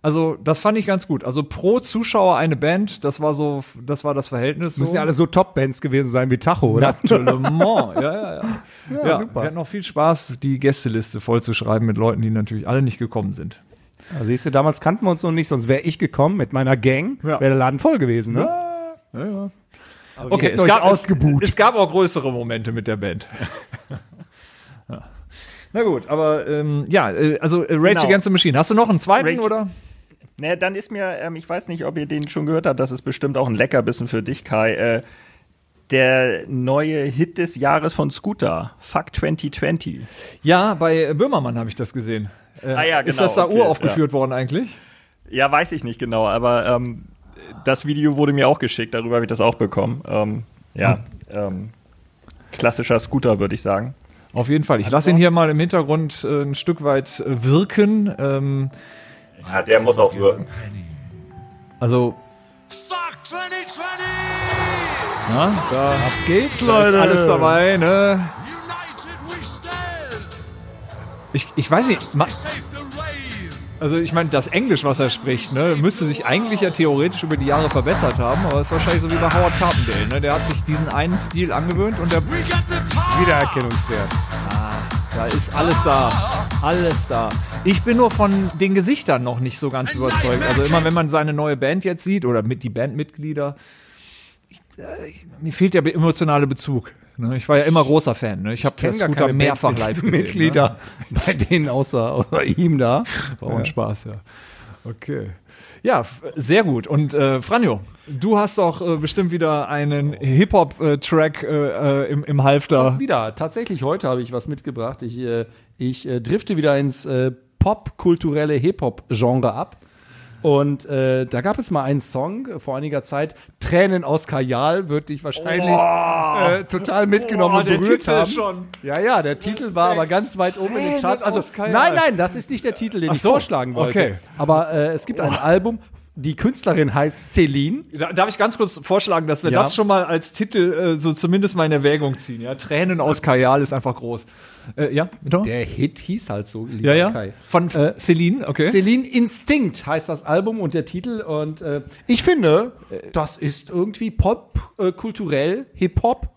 Speaker 1: Also, das fand ich ganz gut. Also pro Zuschauer eine Band, das war so, das war das Verhältnis.
Speaker 2: Müssen
Speaker 1: so.
Speaker 2: ja alle so Top-Bands gewesen sein wie Tacho, oder?
Speaker 1: Naturellement, ja, ja, ja. ja,
Speaker 2: super.
Speaker 1: Wir hatten auch viel Spaß, die Gästeliste vollzuschreiben mit Leuten, die natürlich alle nicht gekommen sind.
Speaker 2: Also siehst du, damals kannten wir uns noch nicht, sonst wäre ich gekommen mit meiner Gang,
Speaker 1: Ja.
Speaker 2: wäre der Laden voll gewesen. Ne?
Speaker 1: Okay,
Speaker 2: hätten euch ausgebuht.
Speaker 1: Es, es gab auch größere Momente mit der Band. (laughs) Ja. Na gut, aber ähm, ja, äh, also äh, Rage
Speaker 3: Genau.
Speaker 1: Against the Machine. Hast du noch einen zweiten
Speaker 3: Rage-
Speaker 1: oder?
Speaker 3: Ne, dann ist mir, ähm, ich weiß nicht, ob ihr den schon gehört habt, das ist bestimmt auch ein Leckerbissen für dich, Kai. Äh, der neue Hit des Jahres von Scooter, Fuck 2020.
Speaker 1: Ja, bei äh, Böhmermann habe ich das gesehen. Äh,
Speaker 3: Ah ja,
Speaker 1: Ist
Speaker 3: genau,
Speaker 1: das da
Speaker 3: okay,
Speaker 1: uraufgeführt worden eigentlich?
Speaker 3: Ja, weiß ich nicht genau, aber ähm, das Video wurde mir auch geschickt, darüber habe ich das auch bekommen. Ähm, ja, ähm, klassischer Scooter, würde ich sagen.
Speaker 1: Auf jeden Fall. Ich lasse ihn hier mal im Hintergrund äh, ein Stück weit äh, wirken. Ähm,
Speaker 7: Ja, der muss auch wirken.
Speaker 1: also,
Speaker 8: Fuck 2020!
Speaker 1: na, da
Speaker 2: Ab geht's,
Speaker 1: ist
Speaker 2: Leute.
Speaker 1: alles dabei, ne?
Speaker 8: United we stand!
Speaker 1: Ich, ich weiß nicht, ma-
Speaker 8: We save the rain!
Speaker 1: also ich meine, das Englisch, was er spricht, ne, müsste sich eigentlich ja theoretisch über die Jahre verbessert haben, aber es ist wahrscheinlich so wie bei Howard Carpendale, ne? Der hat sich diesen einen Stil angewöhnt und der,
Speaker 8: We got the power!
Speaker 2: Wiedererkennungswert.
Speaker 1: Ah, da ist alles da. Alles da. Ich bin nur von den Gesichtern noch nicht so ganz überzeugt. Also immer wenn man seine neue Band jetzt sieht oder mit die Bandmitglieder, ich, äh, ich, mir fehlt der be- emotionale Bezug. Ne? Ich war ja immer großer Fan. Ne? Ich habe
Speaker 2: Kennen gar
Speaker 1: Scooter
Speaker 2: keine
Speaker 1: mehrfach
Speaker 2: Bandmitglied-
Speaker 1: live gesehen. Ne? (laughs)
Speaker 2: Mitglieder bei denen außer, außer ihm da.
Speaker 1: War auch ein Spaß, ja. Okay. Ja, f- sehr gut. Und äh, Franjo, du hast doch äh, bestimmt wieder einen Hip-Hop-Track äh, äh, im, im
Speaker 2: Das
Speaker 1: Halfter.
Speaker 2: ist wieder. Tatsächlich heute habe ich was mitgebracht. Ich, äh, ich äh, drifte wieder ins äh, popkulturelle Hip-Hop-Genre ab. Und äh, da gab es mal einen Song äh, vor einiger Zeit, Tränen aus Kajal, wird dich wahrscheinlich äh, total mitgenommen
Speaker 1: Boah,
Speaker 2: und
Speaker 1: Oh. der
Speaker 2: berührt
Speaker 1: Titel
Speaker 2: haben.
Speaker 1: schon.
Speaker 2: Ja, ja, der Titel war aber ganz weit oben in den
Speaker 1: Tränen
Speaker 2: Charts. Also
Speaker 1: aus Kajal.
Speaker 2: nein, nein, das ist nicht der Titel, den ich
Speaker 1: so,
Speaker 2: vorschlagen wollte.
Speaker 1: okay. Oh.
Speaker 2: Aber äh, es gibt ein Album, die Künstlerin heißt Celine.
Speaker 1: Da, darf ich ganz kurz vorschlagen, dass wir
Speaker 2: Ja.
Speaker 1: das schon mal als Titel äh, so zumindest mal in Erwägung ziehen. Ja? Tränen aus Kajal ist einfach groß. Äh, ja, bitte?
Speaker 2: Der Hit hieß halt so, lieber
Speaker 1: ja, ja.
Speaker 2: Kai.
Speaker 1: Von äh, Celine, okay.
Speaker 2: Celine Instinct heißt das Album und der Titel. Und äh, ich finde, äh, das ist irgendwie Pop, äh, kulturell, Hip-Hop,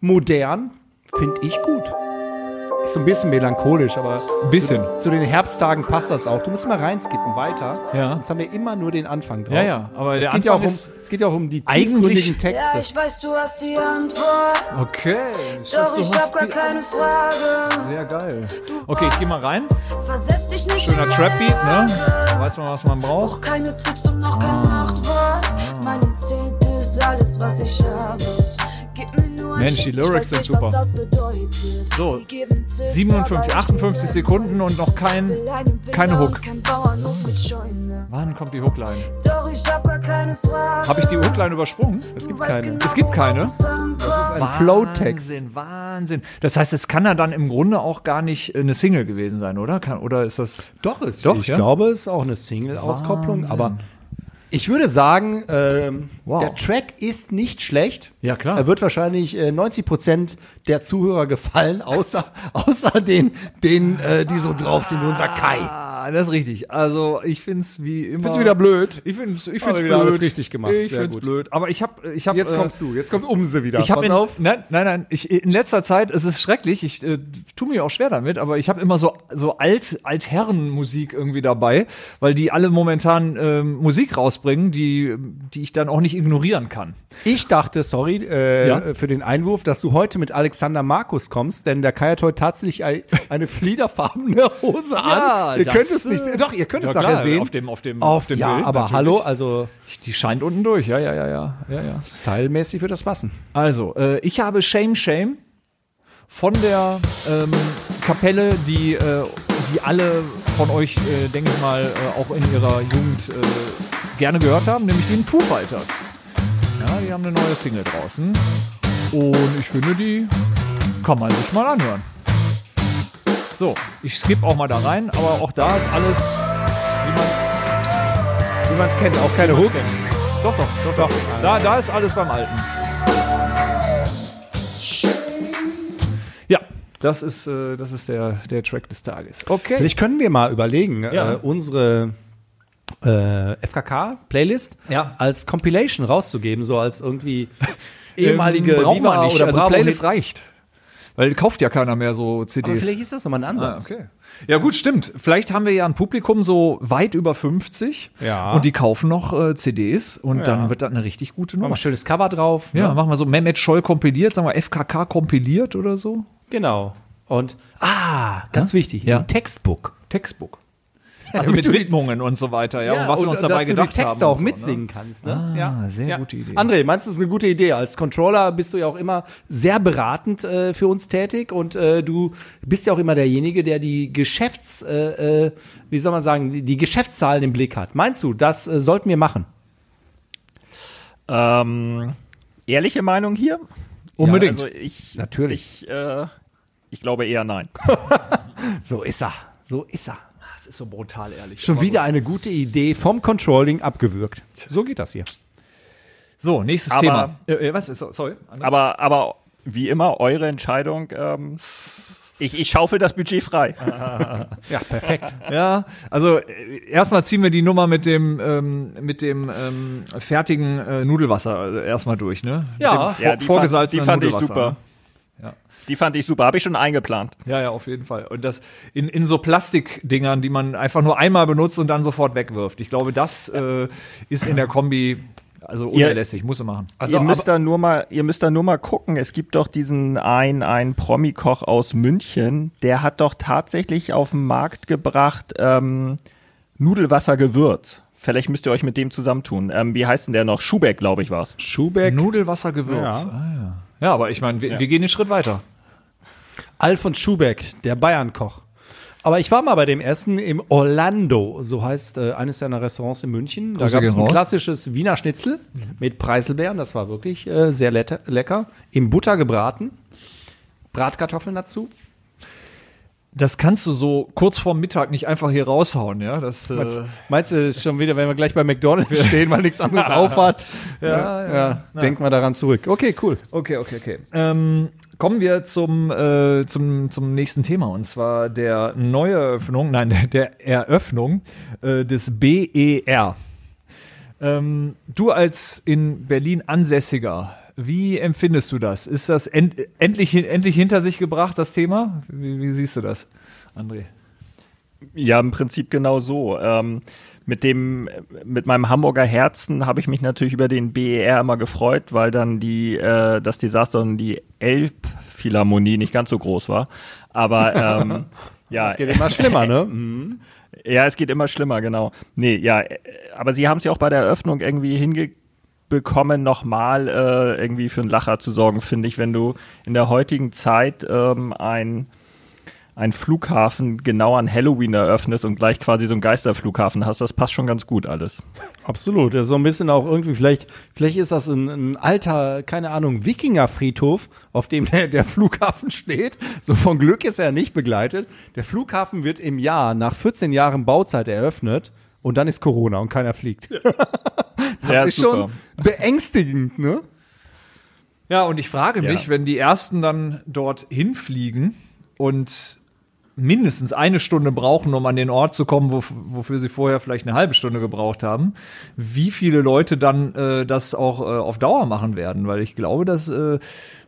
Speaker 2: modern. Finde ich gut. Ist so ein bisschen melancholisch, aber
Speaker 1: Ein bisschen.
Speaker 2: zu den Herbsttagen passt das auch. Du musst mal reinskippen, weiter.
Speaker 1: Ja.
Speaker 2: Sonst haben wir immer nur den Anfang drauf.
Speaker 1: Ja, ja, aber
Speaker 2: es
Speaker 1: der
Speaker 2: geht ja auch
Speaker 1: Anfang
Speaker 2: um,
Speaker 1: ist-
Speaker 2: Es geht ja auch um die
Speaker 1: Eigentlich-
Speaker 2: tiefgründigen Texte.
Speaker 9: weiß, du hast die Antwort,
Speaker 1: Okay. Schatz, du hast die-
Speaker 9: Frage.
Speaker 1: Sehr geil. Okay, ich geh mal rein.
Speaker 9: Versetz dich nicht
Speaker 1: Schöner Trap-Beat, ne? Da weiß man, was man braucht.
Speaker 9: Keine Tipps und noch kein Machtwort. Mein Instinkt ist alles, was ich habe. Gib mir nur ein
Speaker 1: Mensch, die
Speaker 9: Stück,
Speaker 1: Lyrics
Speaker 9: ich weiß
Speaker 1: sind
Speaker 9: nicht, was
Speaker 1: super.
Speaker 9: das bedeutet.
Speaker 1: So,
Speaker 9: Sie geben Tipps,
Speaker 1: 57,
Speaker 9: aber ich will
Speaker 1: 58 Sekunden und noch kein.
Speaker 9: will einen Wilder
Speaker 1: keine Hook.
Speaker 9: und kein Bauernhof mit Scheune.
Speaker 1: Wann kommt die Hookline?
Speaker 9: Doch ich hab gar keine Frage.
Speaker 1: Habe ich die Hookline übersprungen?
Speaker 2: Es gibt keine.
Speaker 1: Es gibt keine.
Speaker 2: Das ist ein Flow-Text.
Speaker 1: Wahnsinn, Wahnsinn. Das heißt, es kann ja dann im Grunde auch gar nicht äh, eine Single gewesen sein, oder? Kann, oder ist das.
Speaker 2: Doch, ist,
Speaker 1: Doch,
Speaker 2: ich
Speaker 1: ja.
Speaker 2: glaube, es ist auch eine Single-Auskopplung, aber ich würde sagen, ähm,
Speaker 1: Wow.
Speaker 2: der Track ist nicht schlecht.
Speaker 1: Ja, klar.
Speaker 2: Er wird wahrscheinlich äh, 90 Prozent der Zuhörer gefallen, außer, (laughs) außer den, den äh, die so drauf sind, wie unser Kai.
Speaker 1: Ah, das ist richtig. Also, ich find's wie immer.
Speaker 2: Find's wieder blöd.
Speaker 1: Ich find's, ich
Speaker 2: Aber
Speaker 1: find's
Speaker 2: wieder
Speaker 1: blöd.
Speaker 2: alles richtig gemacht.
Speaker 1: Ich
Speaker 2: Sehr
Speaker 1: find's
Speaker 2: gut.
Speaker 1: blöd. Aber ich hab. Ich hab
Speaker 2: Jetzt
Speaker 1: äh,
Speaker 2: kommst du, jetzt kommt Umse wieder.
Speaker 1: Ich habe
Speaker 2: Pass
Speaker 1: in,
Speaker 2: auf.
Speaker 1: Nein, nein, nein. Ich, in letzter Zeit, es ist schrecklich, ich äh, tue mir auch schwer damit, aber ich habe immer so, so alt, Altherrenmusik irgendwie dabei, weil die alle momentan ähm, Musik rausbringen, die, die ich dann auch nicht ignorieren kann.
Speaker 2: Ich dachte, sorry äh,
Speaker 1: Ja?
Speaker 2: für den Einwurf, dass du heute mit Alexander Markus kommst, denn der Kai hat heute tatsächlich ei- eine (laughs) fliederfarbene Hose
Speaker 1: Ja,
Speaker 2: an. Ihr
Speaker 1: das,
Speaker 2: könnt es nicht
Speaker 1: äh,
Speaker 2: sehen. Doch, ihr könnt
Speaker 1: ja,
Speaker 2: es nachher
Speaker 1: klar,
Speaker 2: sehen.
Speaker 1: auf dem- auf dem-
Speaker 2: auf
Speaker 1: auf dem
Speaker 2: ja,
Speaker 1: Bild
Speaker 2: aber
Speaker 1: natürlich.
Speaker 2: hallo, also
Speaker 1: Die scheint unten durch, ja, ja, ja, ja. ja, ja.
Speaker 2: stylmäßig wird das passen.
Speaker 1: Also, äh, ich habe Shame Shame von der ähm, Kapelle, die äh, die alle von euch, äh, denke ich mal, äh, auch in ihrer Jugend äh, gerne gehört haben, nämlich den Foo Fighters. Ja, die haben eine neue Single draußen. Und ich finde, die kann man sich mal anhören. So, ich skippe auch mal da rein, aber auch da ist alles, wie man es
Speaker 2: Wie man es kennt, auch keine Hook.
Speaker 1: kennt. Doch, doch, doch, doch. Da, da ist alles beim Alten. Ja, das ist, äh, das ist der, der Track des Tages. Okay.
Speaker 2: Vielleicht können wir mal überlegen,
Speaker 1: Ja.
Speaker 2: äh, unsere äh, FKK-Playlist
Speaker 1: Ja.
Speaker 2: als Compilation rauszugeben, so als irgendwie
Speaker 1: (laughs)
Speaker 2: ehemalige
Speaker 1: Ähm, braucht man
Speaker 2: Viva
Speaker 1: nicht.
Speaker 2: oder
Speaker 1: also
Speaker 2: Bravo
Speaker 1: Playlist
Speaker 2: Hits.
Speaker 1: reicht. Weil kauft ja keiner mehr so
Speaker 2: Aber
Speaker 1: CDs.
Speaker 2: vielleicht ist das nochmal ein
Speaker 1: Ah,
Speaker 2: Ansatz.
Speaker 1: okay. Ja gut, stimmt. Vielleicht haben wir ja ein Publikum so weit über 50
Speaker 2: Ja.
Speaker 1: und die kaufen noch äh, CDs und dann wird das eine richtig gute
Speaker 2: Machen wir
Speaker 1: Nummer.
Speaker 2: ein schönes Cover drauf.
Speaker 1: Ja,
Speaker 2: ne?
Speaker 1: machen wir so Mehmet Scholl kompiliert, sagen wir FKK kompiliert oder so.
Speaker 2: Genau. Und, ah, ganz wichtig,
Speaker 1: Ja.
Speaker 2: ein Textbook.
Speaker 1: Textbook. Also mit Widmungen und so weiter, ja, und was wir uns
Speaker 2: und
Speaker 1: dabei
Speaker 2: dass
Speaker 1: gedacht
Speaker 2: du die Texte
Speaker 1: haben. und
Speaker 2: auch
Speaker 1: so, Ne?
Speaker 2: mitsingen kannst. Ne?
Speaker 1: Ah, sehr gute Idee.
Speaker 2: André, meinst du, es ist eine gute Idee? Als Controller bist du ja auch immer sehr beratend äh, für uns tätig und äh, du bist ja auch immer derjenige, der die Geschäfts, äh, äh, wie soll man sagen, die- die Geschäftszahlen im Blick hat. Meinst du, das äh, sollten wir machen?
Speaker 3: Ähm, ehrliche Meinung hier?
Speaker 1: Unbedingt.
Speaker 3: Also ich,
Speaker 2: Natürlich.
Speaker 3: Ich, äh, ich glaube eher nein.
Speaker 2: So ist er. So ist er.
Speaker 1: das ist so brutal ehrlich.
Speaker 2: Schon wieder eine gute Idee vom Controlling abgewürgt. So geht das hier.
Speaker 1: So, nächstes
Speaker 3: Aber-
Speaker 1: Thema. Äh, äh, was? So- Sorry. André?
Speaker 3: Aber, aber wie immer, eure Entscheidung. Ähm, ich, ich schaufel das Budget frei.
Speaker 2: Ja, perfekt.
Speaker 1: (laughs) Ja, also äh, erstmal ziehen wir die Nummer mit dem ähm, mit dem ähm, fertigen äh, Nudelwasser äh, erstmal durch, ne?
Speaker 2: Ja.
Speaker 1: mit dem vor, vorgesalzenen
Speaker 3: fand, die fand ich
Speaker 1: Nudelwasser. ne?
Speaker 3: super. Die fand ich super. Habe ich schon eingeplant.
Speaker 1: Ja, ja, auf jeden Fall. Und das in, in so Plastikdingern, die man einfach nur einmal benutzt und dann sofort wegwirft. Ich glaube, das äh, ist in der Kombi also unerlässlich, muss er machen.
Speaker 2: Also
Speaker 3: ihr, müsst da nur mal, ihr müsst da nur mal gucken. Es gibt doch diesen einen, einen Promi-Koch aus München, der hat doch tatsächlich auf den Markt gebracht ähm, Nudelwasser-Gewürz. Vielleicht müsst ihr euch mit dem zusammentun. Ähm, wie heißt denn der noch? Schubeck, glaube ich, war's.
Speaker 2: Schubeck.
Speaker 1: Nudelwassergewürz.
Speaker 2: Ja.
Speaker 1: Ah, ja. ja, aber ich meine, wir, wir gehen den Schritt weiter.
Speaker 2: Alfons Schubeck, der Bayernkoch. Aber ich war mal bei dem Essen im Orlando, so heißt äh, eines seiner Restaurants in München. Da
Speaker 1: Grüße
Speaker 2: gab es
Speaker 1: gehen
Speaker 2: ein
Speaker 1: raus.
Speaker 2: klassisches Wiener Schnitzel mit Preiselbeeren, das war wirklich äh, sehr lette- lecker. Im Butter gebraten, Bratkartoffeln dazu.
Speaker 1: Das kannst du so kurz vorm Mittag nicht einfach hier raushauen, ja? Das, äh,
Speaker 2: Meinst du ist schon wieder, wenn wir gleich bei McDonalds stehen, weil nichts (laughs) anderes auf hat? Ja, ja, Denk mal daran zurück. Okay, cool.
Speaker 1: Okay, okay, okay. Ähm, kommen wir zum, äh, zum, zum nächsten Thema und zwar der Neueröffnung, nein, (laughs) der, der Eröffnung äh, des BER. Ähm, du als in Berlin Ansässiger, wie empfindest du das? Ist das end, endlich, hin- endlich hinter sich gebracht, das Thema? Wie, wie siehst du das, André?
Speaker 3: Ja, im Prinzip genau so. Ähm, mit dem, mit meinem Hamburger Herzen habe ich mich natürlich über den BER immer gefreut, weil dann die, äh, das Desaster und die Elbphilharmonie nicht ganz so groß war. Aber
Speaker 2: (laughs)
Speaker 3: ähm, ja,
Speaker 2: Das geht immer schlimmer, ne?
Speaker 1: (laughs)
Speaker 2: Mhm.
Speaker 3: ja, es geht immer schlimmer, genau. Nee, ja, äh, aber sie haben es ja auch bei der Eröffnung irgendwie hingekommen, nochmal äh, irgendwie für einen Lacher zu sorgen, finde ich, wenn du in der heutigen Zeit ähm, ein einen Flughafen genau an Halloween eröffnest und gleich quasi so einen Geisterflughafen hast, das passt schon ganz gut alles.
Speaker 2: Absolut. Das ist so ein bisschen auch irgendwie, vielleicht, vielleicht ist das ein, ein alter, keine Ahnung, Wikingerfriedhof, auf dem der, der Flughafen steht. So von Glück ist er nicht begleitet. Der Flughafen wird im Jahr nach 14 Jahren Bauzeit eröffnet und dann ist Corona und keiner fliegt.
Speaker 3: Ja,
Speaker 2: ist schon beängstigend, ne?
Speaker 1: Ja, und ich frage
Speaker 3: Ja.
Speaker 1: mich, wenn die ersten dann dort hinfliegen und mindestens eine Stunde brauchen, um an den Ort zu kommen, wof- wofür sie vorher vielleicht eine halbe Stunde gebraucht haben, wie viele Leute dann äh, das auch äh, auf Dauer machen werden. Weil ich glaube, dass äh,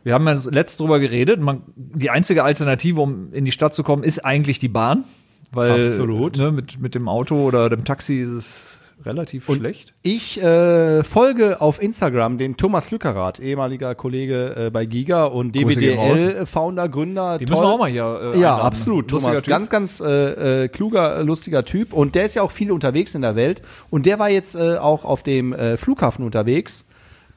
Speaker 1: wir haben ja letzt drüber geredet, man, die einzige Alternative, um in die Stadt zu kommen, ist eigentlich die Bahn. Weil
Speaker 2: Absolut.
Speaker 1: Ne, mit, mit dem Auto oder dem Taxi ist es relativ schlecht.
Speaker 2: Ich äh, folge auf Instagram den Thomas Lückerath, ehemaliger Kollege äh, bei Giga und
Speaker 1: Grüße gehen raus.
Speaker 2: DBDL-Founder, Gründer.
Speaker 1: Die müssen wir auch mal hier. Äh,
Speaker 2: Ja,
Speaker 1: einladen.
Speaker 2: absolut.
Speaker 1: Lustiger
Speaker 2: Thomas,
Speaker 1: Typ.
Speaker 2: ganz, ganz äh, äh, kluger, äh, lustiger Typ. Und der ist ja auch viel unterwegs in der Welt. Und der war jetzt äh, auch auf dem äh, Flughafen unterwegs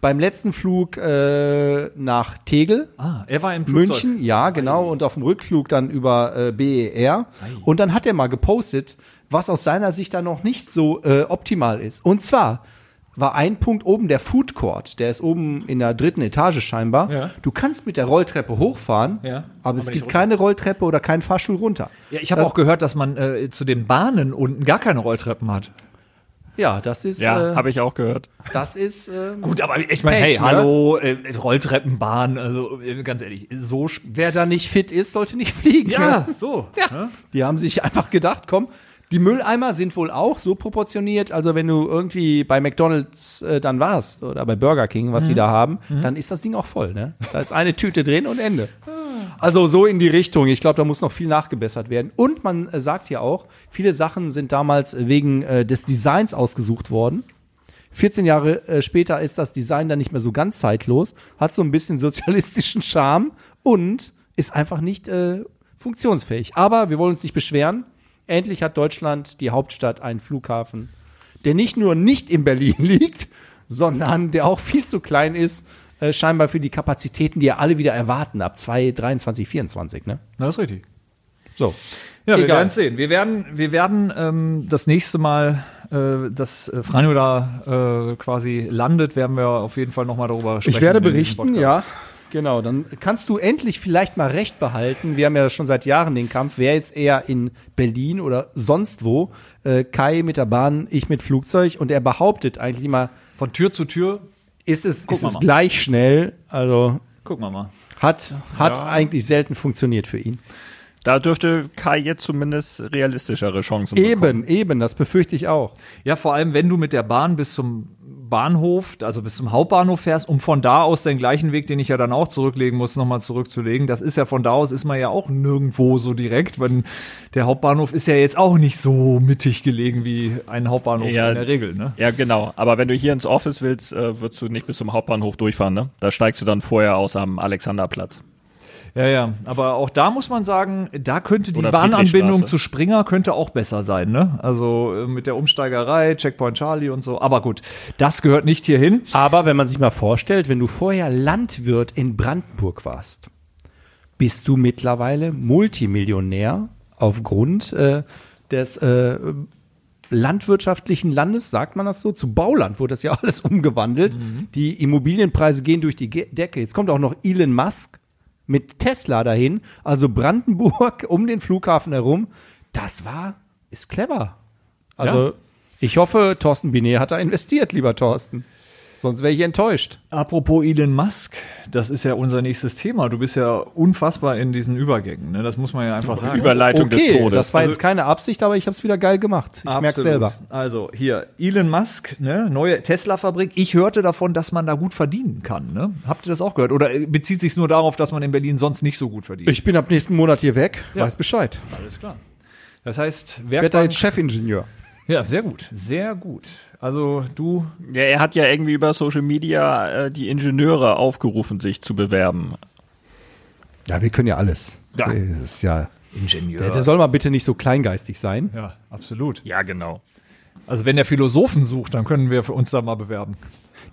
Speaker 2: beim letzten Flug äh, nach Tegel,
Speaker 1: Ah, er war im Flugzeug.
Speaker 2: München, ja, genau, und auf dem Rückflug dann über äh, BER. Und dann hat er mal gepostet, was aus seiner Sicht dann noch nicht so äh, optimal ist. Und zwar war ein Punkt oben der Food Court, der ist oben in der dritten Etage scheinbar.
Speaker 1: Ja.
Speaker 2: Du kannst mit der Rolltreppe hochfahren,
Speaker 1: Ja,
Speaker 2: aber es
Speaker 1: aber nicht
Speaker 2: gibt
Speaker 1: runter.
Speaker 2: keine Rolltreppe oder keinen Fahrstuhl runter.
Speaker 1: Ja, ich habe
Speaker 2: Das-
Speaker 1: auch gehört, dass man äh, zu den Bahnen unten gar keine Rolltreppen hat.
Speaker 2: Ja, das ist,
Speaker 3: Ja,
Speaker 2: äh,
Speaker 3: habe ich auch gehört.
Speaker 2: das ist ähm,
Speaker 1: Gut, aber ich meine,
Speaker 2: Pech,
Speaker 1: hey,
Speaker 2: ne?
Speaker 1: hallo, äh, Rolltreppen, Bahn, also äh, ganz ehrlich, so sp-
Speaker 2: wer da nicht fit ist, sollte nicht (laughs) fliegen. ne?
Speaker 1: Ja, so. Ne?
Speaker 2: Ja. Die haben sich (laughs) einfach gedacht, komm, die Mülleimer sind wohl auch so proportioniert, also wenn du irgendwie bei McDonalds äh, dann warst oder bei Burger King, was sie da haben, dann ist das Ding auch voll, ne? Da ist eine Tüte drin und Ende. Also so in die Richtung. Ich glaube, da muss noch viel nachgebessert werden. Und man äh, sagt ja auch, viele Sachen sind damals wegen äh, des Designs ausgesucht worden. 14 Jahre äh, später ist das Design dann nicht mehr so ganz zeitlos, hat so ein bisschen (laughs) sozialistischen Charme und ist einfach nicht äh, funktionsfähig. Aber wir wollen uns nicht beschweren. Endlich hat Deutschland, die Hauptstadt, einen Flughafen, der nicht nur nicht in Berlin (laughs) liegt, sondern der auch viel zu klein ist, äh, scheinbar für die Kapazitäten, die ja alle wieder erwarten ab 2023, 2024. Ne?
Speaker 1: Na, ist richtig.
Speaker 2: So.
Speaker 1: Ja, wir
Speaker 2: Egal.
Speaker 1: werden sehen. Wir werden, wir werden ähm, das nächste Mal, äh, dass äh, Franjo da äh, quasi landet, werden wir auf jeden Fall nochmal darüber sprechen.
Speaker 2: Ich werde
Speaker 1: in diesem
Speaker 2: berichten,
Speaker 1: Podcast.
Speaker 2: ja. Genau, dann kannst du endlich vielleicht mal recht behalten. Wir haben ja schon seit Jahren den Kampf, wer ist eher in Berlin oder sonst wo? Äh, Kai mit der Bahn, ich mit Flugzeug. Und er behauptet eigentlich immer,
Speaker 1: Von Tür zu Tür,
Speaker 2: ist es, ist
Speaker 1: wir
Speaker 2: es
Speaker 1: mal.
Speaker 2: gleich schnell. Also
Speaker 1: gucken wir mal.
Speaker 2: hat, hat eigentlich selten funktioniert für ihn.
Speaker 3: Da dürfte Kai jetzt zumindest realistischere Chancen bekommen.
Speaker 2: Eben, eben, das befürchte ich auch.
Speaker 1: Ja, vor allem, wenn du mit der Bahn bis zum Bahnhof, also bis zum Hauptbahnhof fährst, um von da aus den gleichen Weg, den ich ja dann auch zurücklegen muss, nochmal zurückzulegen. Das ist ja von da aus, ist man ja auch nirgendwo so direkt, weil der Hauptbahnhof ist ja jetzt auch nicht so mittig gelegen wie ein Hauptbahnhof
Speaker 3: Ja.
Speaker 1: in der Regel, ne?
Speaker 3: Ja, genau. Aber wenn du hier ins Office willst, äh, würdest du nicht bis zum Hauptbahnhof durchfahren, ne? Da steigst du dann vorher aus am Alexanderplatz.
Speaker 1: Ja, ja. Aber auch da muss man sagen, da könnte die
Speaker 3: Oder
Speaker 1: Bahnanbindung
Speaker 3: Friedrichstraße.
Speaker 1: zu Springer könnte auch besser sein, ne? Also äh, mit der Umsteigerei, Checkpoint Charlie und so. Aber gut, das gehört nicht hierhin.
Speaker 2: Aber wenn man sich mal vorstellt, wenn du vorher Landwirt in Brandenburg warst, bist du mittlerweile Multimillionär aufgrund äh, des äh, landwirtschaftlichen Landes, sagt man das so? Zu Bauland wurde das ja (laughs) alles umgewandelt. Die Immobilienpreise gehen durch die Ge- Decke. Jetzt kommt auch noch Elon Musk mit Tesla dahin. Also Brandenburg (laughs) um den Flughafen herum. Das war, ist clever. Also ich hoffe, Thorsten Binet hat da investiert, lieber Thorsten. Sonst wäre ich enttäuscht.
Speaker 1: Apropos Elon Musk, das ist ja unser nächstes Thema. Du bist ja unfassbar in diesen Übergängen, ne? Das muss man ja einfach sagen.
Speaker 3: Überleitung des Todes.
Speaker 2: das war jetzt keine Absicht, aber ich habe es wieder geil gemacht. Ich merke
Speaker 1: Absolut.
Speaker 2: selber.
Speaker 1: Also hier, Elon Musk, ne, neue Tesla-Fabrik. Ich hörte davon, dass man da gut verdienen kann. Ne? Habt ihr das auch gehört? Oder äh, bezieht sich nur darauf, dass man in Berlin sonst nicht so gut verdient?
Speaker 2: Ich bin ab nächsten Monat hier weg, weiß Bescheid.
Speaker 1: Alles klar. Das heißt,
Speaker 2: Ich werde da
Speaker 1: Werkbank,
Speaker 2: jetzt Chefingenieur.
Speaker 1: ja, sehr gut, sehr gut. Also du,
Speaker 3: Ja, er hat ja irgendwie über Social Media äh, die Ingenieure aufgerufen, sich zu bewerben.
Speaker 2: Ja, wir können ja alles.
Speaker 1: Ja.
Speaker 2: Das ist ja
Speaker 1: Ingenieur.
Speaker 2: der, der soll mal bitte nicht so kleingeistig sein.
Speaker 1: ja, absolut.
Speaker 3: Ja, genau.
Speaker 1: Also wenn der Philosophen sucht, dann können wir für uns da mal bewerben.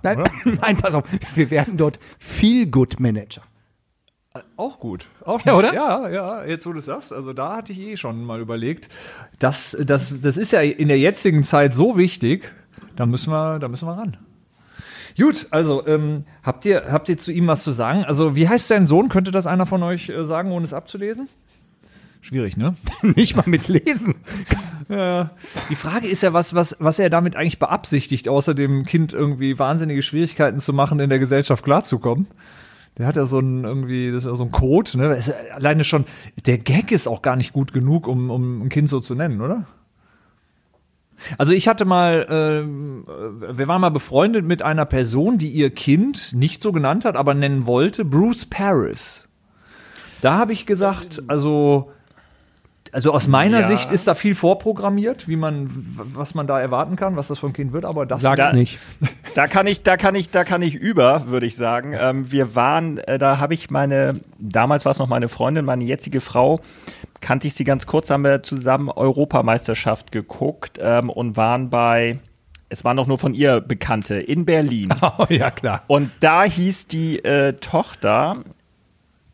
Speaker 2: Nein, (laughs) nein, pass auf. Wir werden dort viel Good Manager.
Speaker 1: Auch gut. Auch
Speaker 2: Ja,
Speaker 1: gut.
Speaker 2: oder?
Speaker 1: Ja, ja, jetzt wo du es sagst, also da hatte ich eh schon mal überlegt, das, das, das ist ja in der jetzigen Zeit so wichtig, da müssen wir, da müssen wir ran. Gut, also ähm, habt, ihr, habt ihr zu ihm was zu sagen? Also wie heißt sein Sohn? Könnte das einer von euch äh, sagen, ohne es abzulesen? Schwierig, ne?
Speaker 2: (laughs) Nicht mal mit Lesen.
Speaker 1: Die Frage ist ja, was, was, was er damit eigentlich beabsichtigt, außer dem Kind irgendwie wahnsinnige Schwierigkeiten zu machen, in der Gesellschaft klarzukommen. Der hat ja so ein irgendwie, das ist ja so ein Code, ne? Ist ja alleine schon, der Gag ist auch gar nicht gut genug, um, um ein Kind so zu nennen, oder? Also ich hatte mal, ähm, äh, wir waren mal befreundet mit einer Person, die ihr Kind nicht so genannt hat, aber nennen wollte, Bruce Paris. Da habe ich gesagt, also also aus meiner
Speaker 3: Ja.
Speaker 1: Sicht ist da viel vorprogrammiert, wie man, w- was man da erwarten kann, was das vom Kind wird, aber das
Speaker 2: Sag's
Speaker 3: Da-
Speaker 2: nicht.
Speaker 3: Da kann ich, da kann ich, da kann ich über, würde ich sagen. Ähm, wir waren, äh, da habe ich meine, damals war es noch meine Freundin, meine jetzige Frau, kannte ich sie ganz kurz, haben wir zusammen Europameisterschaft geguckt ähm, und waren bei es waren doch nur von ihr Bekannte in
Speaker 1: (laughs)
Speaker 3: Berlin.
Speaker 2: Oh, ja, klar.
Speaker 3: Und da hieß die äh, Tochter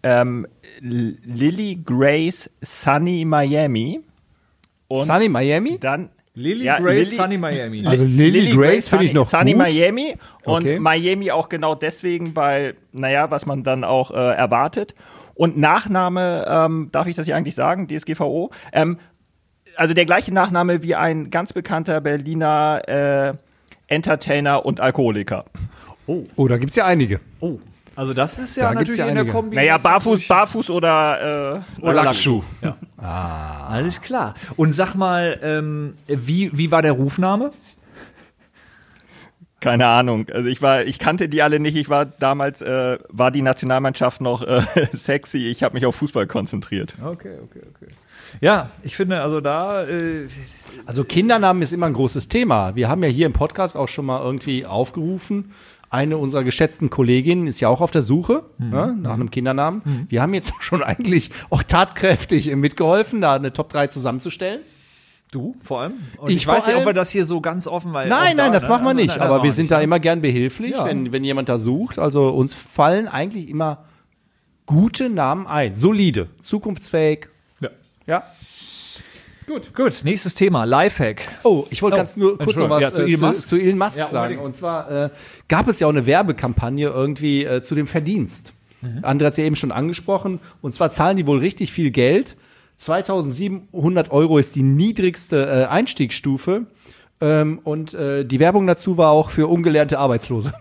Speaker 3: ähm, L- Lily Grace Sunny Miami. Und
Speaker 2: Sunny Miami?
Speaker 3: dann
Speaker 1: Lily
Speaker 3: Ja,
Speaker 1: Grace,
Speaker 3: Lily-
Speaker 1: Sunny Miami.
Speaker 2: Also Lily, Grace finde ich
Speaker 3: Sunny-
Speaker 2: noch
Speaker 3: Sunny
Speaker 2: gut.
Speaker 3: Miami und
Speaker 2: Okay.
Speaker 3: Miami auch genau deswegen, weil, naja, was man dann auch äh, erwartet. Und Nachname, ähm, darf ich das hier eigentlich sagen, DSGVO? Ähm, also der gleiche Nachname wie ein ganz bekannter Berliner äh, Entertainer und Alkoholiker.
Speaker 2: Oh, da gibt es ja einige.
Speaker 1: Oh. Also das ist ja
Speaker 2: Da gibt's
Speaker 1: natürlich
Speaker 2: ja
Speaker 1: in der
Speaker 2: einige.
Speaker 1: Kombi.
Speaker 3: Naja,
Speaker 1: das ist
Speaker 3: barfuß,
Speaker 1: natürlich-
Speaker 3: barfuß oder, äh, oder
Speaker 2: Lackschuh.
Speaker 1: Alles klar. Und sag mal, ähm, wie, wie war der Rufname?
Speaker 3: Keine Ahnung. Also ich war, ich kannte die alle nicht. Ich war damals, äh, war die Nationalmannschaft noch äh, (laughs) sexy. Ich habe mich auf Fußball konzentriert.
Speaker 1: Okay, okay, okay. Ja, ich finde, also da äh,
Speaker 2: Also Kindernamen ist immer ein großes Thema. Wir haben ja hier im Podcast auch schon mal irgendwie aufgerufen. Eine unserer geschätzten Kolleginnen ist ja auch auf der Suche
Speaker 1: Mhm.
Speaker 2: ne, nach einem Kindernamen. Wir haben jetzt (laughs) schon eigentlich auch tatkräftig mitgeholfen, da eine Top 3 zusammenzustellen.
Speaker 1: du vor allem. Und
Speaker 2: Ich
Speaker 1: ich, weiß
Speaker 2: vor
Speaker 1: nicht, ob wir
Speaker 2: allem-
Speaker 1: das hier so ganz offen weil auch
Speaker 2: Nein,
Speaker 1: da,
Speaker 2: nein, das
Speaker 1: ne,
Speaker 2: machen wir
Speaker 1: also,
Speaker 2: nicht.
Speaker 1: nein, machen
Speaker 2: aber wir sind
Speaker 1: nicht.
Speaker 2: da immer gern behilflich,
Speaker 1: Ja.
Speaker 2: wenn, wenn jemand da sucht. Also uns fallen eigentlich immer gute Namen ein. Solide, zukunftsfähig.
Speaker 1: Ja.
Speaker 2: Ja.
Speaker 1: Gut, nächstes Thema, Lifehack.
Speaker 2: Oh, ich wollte
Speaker 1: Oh,
Speaker 2: ganz nur kurz noch
Speaker 1: Entschuldigung.
Speaker 2: was
Speaker 1: Ja, zu
Speaker 2: äh,
Speaker 1: Elon
Speaker 2: zu,
Speaker 1: Musk?
Speaker 2: zu Elon Musk
Speaker 1: Ja,
Speaker 2: sagen.
Speaker 1: unbedingt.
Speaker 2: Und zwar äh, gab es ja auch eine Werbekampagne irgendwie äh, zu dem Verdienst. Andre hat es ja eben schon angesprochen. Und zwar zahlen die wohl richtig viel Geld. 2700 Euro ist die niedrigste äh, Einstiegsstufe. Ähm, und äh, die Werbung dazu war auch für ungelernte Arbeitslose.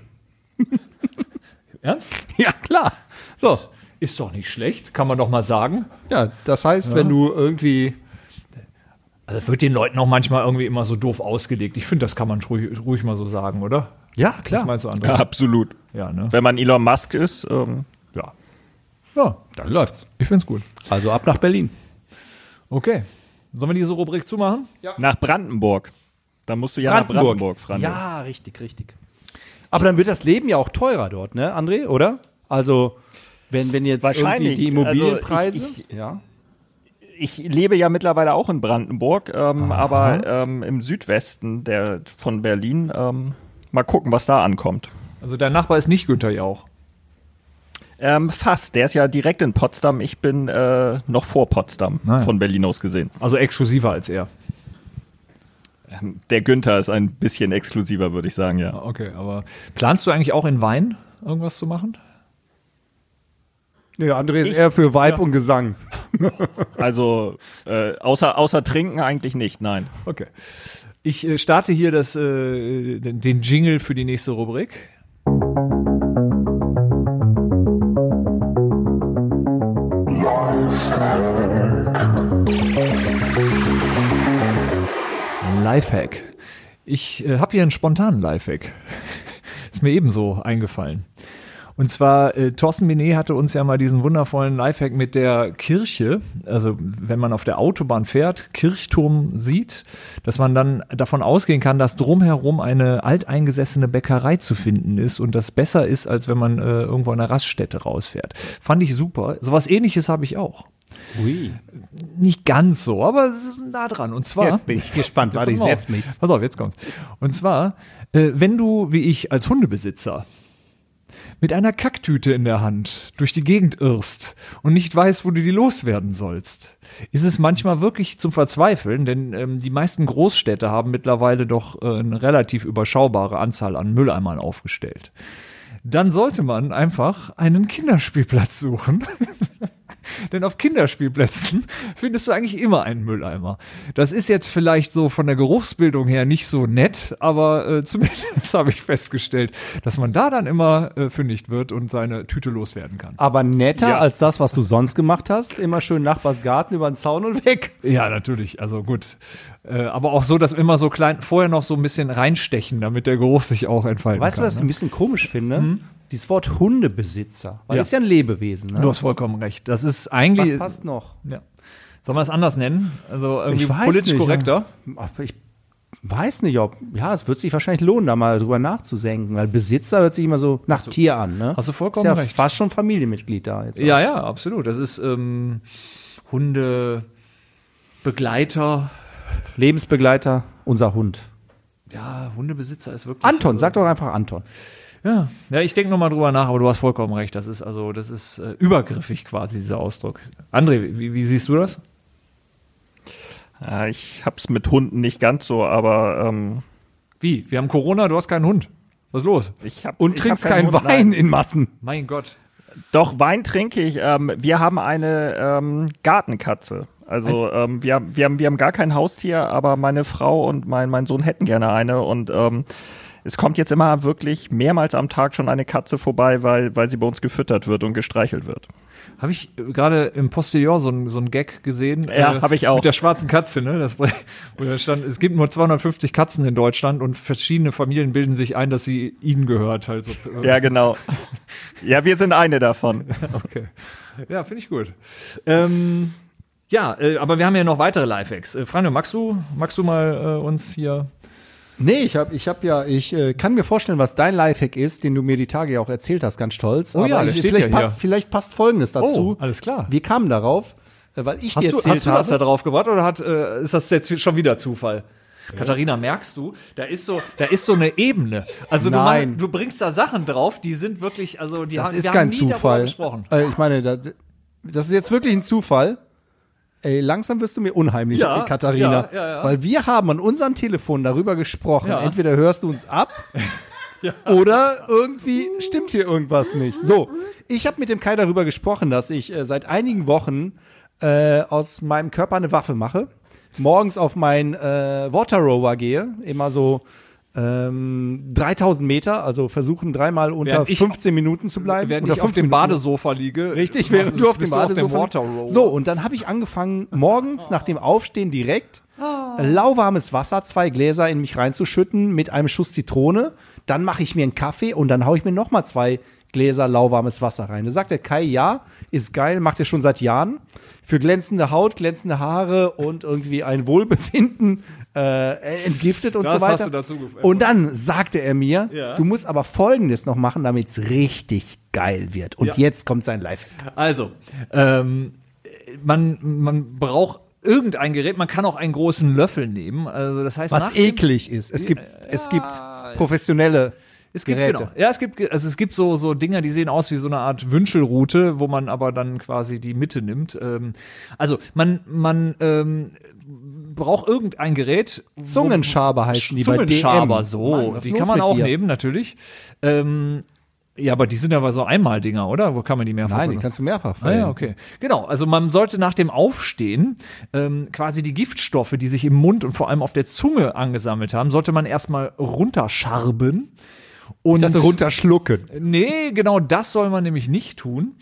Speaker 2: (laughs)
Speaker 1: Ernst?
Speaker 2: ja, klar. So,
Speaker 1: Ist doch nicht schlecht, kann man doch mal sagen.
Speaker 2: ja, das heißt, wenn du irgendwie
Speaker 1: Also es wird den Leuten auch manchmal irgendwie immer so doof ausgelegt. Ich finde, das kann man ruhig, ruhig mal so sagen, oder?
Speaker 2: ja,
Speaker 1: Was
Speaker 2: klar,
Speaker 1: meinst du, André?
Speaker 3: Ja, absolut.
Speaker 1: Ja, ne?
Speaker 3: Wenn man Elon Musk ist, ähm, ja.
Speaker 1: Ja,
Speaker 2: dann läuft's.
Speaker 1: ich finde es gut.
Speaker 2: Also ab nach Berlin.
Speaker 1: Okay. Sollen wir diese Rubrik zumachen?
Speaker 3: Nach Brandenburg. Dann musst du ja
Speaker 2: Brandenburg.
Speaker 3: nach Brandenburg, Franjo.
Speaker 2: Ja, richtig, richtig. Aber dann wird das Leben ja auch teurer dort, ne, André, oder? Also, wenn, wenn jetzt irgendwie
Speaker 3: Wahrscheinlich.
Speaker 2: die Immobilienpreise.
Speaker 3: Also ich-
Speaker 2: ja.
Speaker 3: Ich lebe ja mittlerweile auch in Brandenburg, ähm, aber ähm, im Südwesten der, von Berlin. Ähm, mal gucken, was da ankommt.
Speaker 1: Also dein Nachbar ist nicht Günther Jauch.
Speaker 3: Ähm, fast. Der ist ja direkt in Potsdam. Ich bin äh, noch vor Potsdam,
Speaker 1: Ah ja.
Speaker 3: von Berlin aus gesehen.
Speaker 1: Also exklusiver als er.
Speaker 3: Ähm, Der Günther ist ein bisschen exklusiver, würde ich sagen, ja.
Speaker 1: Okay, aber planst du eigentlich auch in Wein irgendwas zu machen?
Speaker 2: Nee, André ist eher für Vibe und Gesang.
Speaker 3: Also äh, außer, außer trinken eigentlich nicht, nein.
Speaker 1: Okay. Ich äh, starte hier das, äh, den den Jingle für die nächste Rubrik. Lifehack. Ich äh, habe hier einen spontanen Lifehack. (laughs) Ist mir ebenso eingefallen. Und zwar, äh, Thorsten Binet hatte uns ja mal diesen wundervollen Lifehack mit der Kirche, also wenn man auf der Autobahn fährt, Kirchturm sieht, dass man dann davon ausgehen kann, dass drumherum eine alteingesessene Bäckerei zu finden ist und das besser ist, als wenn man äh, irgendwo an einer Raststätte rausfährt. Fand ich super. Sowas ähnliches habe ich auch.
Speaker 2: Ui.
Speaker 1: Nicht ganz so, aber es ist nah dran. Und zwar.
Speaker 2: Jetzt bin ich gespannt. Warte, ich
Speaker 1: Pass mal auf.
Speaker 2: setz mich.
Speaker 1: Pass auf, jetzt kommt's. Und zwar, äh, wenn du, wie ich, als Hundebesitzer mit einer Kacktüte in der Hand durch die Gegend irrst und nicht weißt, wo du die loswerden sollst, ist es manchmal wirklich zum Verzweifeln, denn ähm, die meisten Großstädte haben mittlerweile doch äh, eine relativ überschaubare Anzahl an Mülleimern aufgestellt. Dann sollte man einfach einen Kinderspielplatz suchen. Denn auf Kinderspielplätzen (laughs) findest du eigentlich immer einen Mülleimer. Das ist jetzt vielleicht so von der Geruchsbildung her nicht so nett, aber äh, (laughs) zumindest habe ich festgestellt, dass man da dann immer äh, fündigt wird und seine Tüte loswerden kann. (laughs)
Speaker 2: Aber netter
Speaker 3: Ja.
Speaker 2: als das, was du sonst gemacht hast. Immer schön Nachbarsgarten über den Zaun und weg.
Speaker 1: Ja, natürlich. Also gut. Äh, aber auch so, dass immer so klein, vorher noch so ein bisschen reinstechen, damit der Geruch sich auch entfalten
Speaker 2: Weißt du,
Speaker 1: kann.
Speaker 2: was ich ein
Speaker 1: ne?
Speaker 2: bisschen komisch finde? Dieses Wort Hundebesitzer. Weil
Speaker 1: Ja.
Speaker 2: das ist ja ein Lebewesen. Ne?
Speaker 1: Du hast vollkommen recht. Das ist
Speaker 2: Was
Speaker 1: eigentlich.
Speaker 2: passt noch?
Speaker 1: Ja. Sollen wir es anders nennen? Also irgendwie
Speaker 2: Ich weiß
Speaker 1: politisch
Speaker 2: nicht,
Speaker 1: korrekter.
Speaker 2: ja. Aber Ich weiß nicht, ob. Ja, es wird sich wahrscheinlich lohnen, da mal drüber nachzusenken, weil Besitzer hört sich immer so nach Tier an. Ne?
Speaker 1: hast du vollkommen
Speaker 2: Ist ja
Speaker 1: recht.
Speaker 2: fast schon Familienmitglied da jetzt.
Speaker 1: Ja, ja, absolut. Das ist ähm, Hunde. Begleiter.
Speaker 2: Lebensbegleiter, unser Hund.
Speaker 1: ja, Hundebesitzer ist wirklich.
Speaker 2: Anton, sag doch einfach Anton.
Speaker 1: Ja, ja ich denke nochmal drüber nach, aber du hast vollkommen recht. Das ist also, das ist äh, übergriffig quasi, dieser Ausdruck. André, wie, wie siehst du das?
Speaker 3: Ja, Äh, ich hab's mit Hunden nicht ganz so, aber ähm,
Speaker 1: Wie? Wir haben Corona, du hast keinen Hund. Was ist los?
Speaker 3: ich hab.
Speaker 2: Und
Speaker 3: ich
Speaker 2: trinkst
Speaker 3: hab
Speaker 2: keinen
Speaker 3: Hund,
Speaker 2: Wein
Speaker 3: nein.
Speaker 2: in Massen.
Speaker 1: Mein Gott.
Speaker 3: Doch, Wein trinke ich. Ähm, wir haben eine ähm, Gartenkatze. Also ähm, wir, haben- wir, haben, wir haben gar kein Haustier, aber meine Frau und mein, mein Sohn hätten gerne eine. Und ähm, es kommt jetzt immer wirklich mehrmals am Tag schon eine Katze vorbei, weil, weil sie bei uns gefüttert wird und gestreichelt wird.
Speaker 1: Habe ich äh, gerade im Postillon so einen so einen Gag gesehen? äh,
Speaker 3: Ja, hab ich auch.
Speaker 1: Mit der schwarzen Katze, ne? Das, wo da stand, es gibt nur 250 Katzen in Deutschland und verschiedene Familien bilden sich ein, dass sie ihnen gehört. Also, äh,
Speaker 3: Ja, genau. ja, wir sind eine davon.
Speaker 1: okay. (laughs) Ja, finde ich gut. Ähm, ja, äh, aber wir haben ja noch weitere Lifehacks. Äh, Franjo, magst du, magst du mal äh, uns hier
Speaker 2: Nee, ich habe ich hab ja, ich äh, kann mir vorstellen, was dein Lifehack ist, den du mir die Tage ja auch erzählt hast, ganz stolz.
Speaker 1: Oh ja,
Speaker 2: ich,
Speaker 1: der steht
Speaker 2: vielleicht,
Speaker 1: ja hier.
Speaker 2: passt, vielleicht passt Folgendes dazu.
Speaker 1: Oh, alles klar.
Speaker 2: Wir kamen darauf, äh, weil ich dir
Speaker 1: Hast du,
Speaker 2: erzählt
Speaker 1: hast du
Speaker 2: habe.
Speaker 1: das da drauf gebracht oder hat, äh, ist das jetzt schon wieder Zufall? Katharina, merkst du, da ist so, da ist so eine Ebene. Also du,
Speaker 2: Nein.
Speaker 1: mach- du bringst da Sachen drauf, die sind wirklich, also die
Speaker 2: das
Speaker 1: haben,
Speaker 2: ist
Speaker 1: wir
Speaker 2: kein
Speaker 1: haben nie darüber
Speaker 2: Zufall.
Speaker 1: gesprochen.
Speaker 2: Äh, ich meine, da, das ist jetzt wirklich ein Zufall. Ey, langsam wirst du mir unheimlich,
Speaker 1: Ja,
Speaker 2: äh, Katharina.
Speaker 1: ja, ja, ja.
Speaker 2: Weil wir haben an unserem Telefon darüber gesprochen.
Speaker 1: Ja.
Speaker 2: Entweder hörst du
Speaker 1: (laughs)
Speaker 2: uns ab oder irgendwie stimmt hier irgendwas nicht. So, ich habe mit dem Kai darüber gesprochen, dass ich äh, seit einigen Wochen äh, aus meinem Körper eine Waffe mache. Morgens auf meinen äh, Water Rower gehe, immer so ähm, 3000 Meter, also versuchen dreimal unter
Speaker 1: Während ich-
Speaker 2: 15 Minuten zu bleiben.
Speaker 1: Während
Speaker 2: unter
Speaker 1: ich auf
Speaker 2: 15
Speaker 1: dem
Speaker 2: Minuten.
Speaker 1: Badesofa liege.
Speaker 2: Richtig,
Speaker 1: machst
Speaker 2: während
Speaker 1: das-
Speaker 2: du auf dem
Speaker 1: bist
Speaker 2: Badesofa.
Speaker 1: Water Roll.
Speaker 2: so, und dann habe ich angefangen, morgens nach dem Aufstehen direkt lauwarmes Wasser, zwei Gläser in mich reinzuschütten mit einem Schuss Zitrone. Dann mache ich mir einen Kaffee und dann haue ich mir nochmal zwei Gläser lauwarmes Wasser rein. Da sagt der Kai, ja, ist geil, macht er schon seit Jahren. Für glänzende Haut, glänzende Haare und irgendwie ein Wohlbefinden äh, entgiftet und
Speaker 1: Das
Speaker 2: so weiter.
Speaker 1: hast du dazu gef-
Speaker 2: und dann sagte er mir,
Speaker 1: Ja.
Speaker 2: du musst aber Folgendes noch machen, damit es richtig geil wird. Und
Speaker 1: Ja.
Speaker 2: jetzt kommt sein Live.
Speaker 1: Also, ähm, man, man braucht irgendein Gerät, man kann auch einen großen Löffel nehmen. Also das heißt, nach
Speaker 2: Was
Speaker 1: dem-
Speaker 2: eklig ist. Es gibt, es gibt professionelle
Speaker 1: Es gibt,
Speaker 2: Geräte.
Speaker 1: genau. Ja, es gibt, ge- also es gibt so, so Dinger, die sehen aus wie so eine Art Wünschelrute, wo man aber dann quasi die Mitte nimmt. Ähm, also man, man ähm, braucht irgendein Gerät. wo-
Speaker 2: Zungenschaber heißen die bei DM.
Speaker 1: Zungenschaber, so.
Speaker 2: Mann, was
Speaker 1: die
Speaker 2: los
Speaker 1: kann man
Speaker 2: mit
Speaker 1: auch
Speaker 2: dir?
Speaker 1: nehmen, natürlich. Ähm, ja, aber die sind aber so Einmaldinger, oder? Wo kann man die mehr
Speaker 2: Nein, die kannst du mehrfach
Speaker 1: Ah ja,
Speaker 2: verwenden.
Speaker 1: okay. Genau, also man sollte nach dem Aufstehen ähm, quasi die Giftstoffe, die sich im Mund und vor allem auf der Zunge angesammelt haben, sollte man erstmal runterscharben. Und
Speaker 2: Ich dachte, runterschlucken.
Speaker 1: Nee, genau das soll man nämlich nicht tun.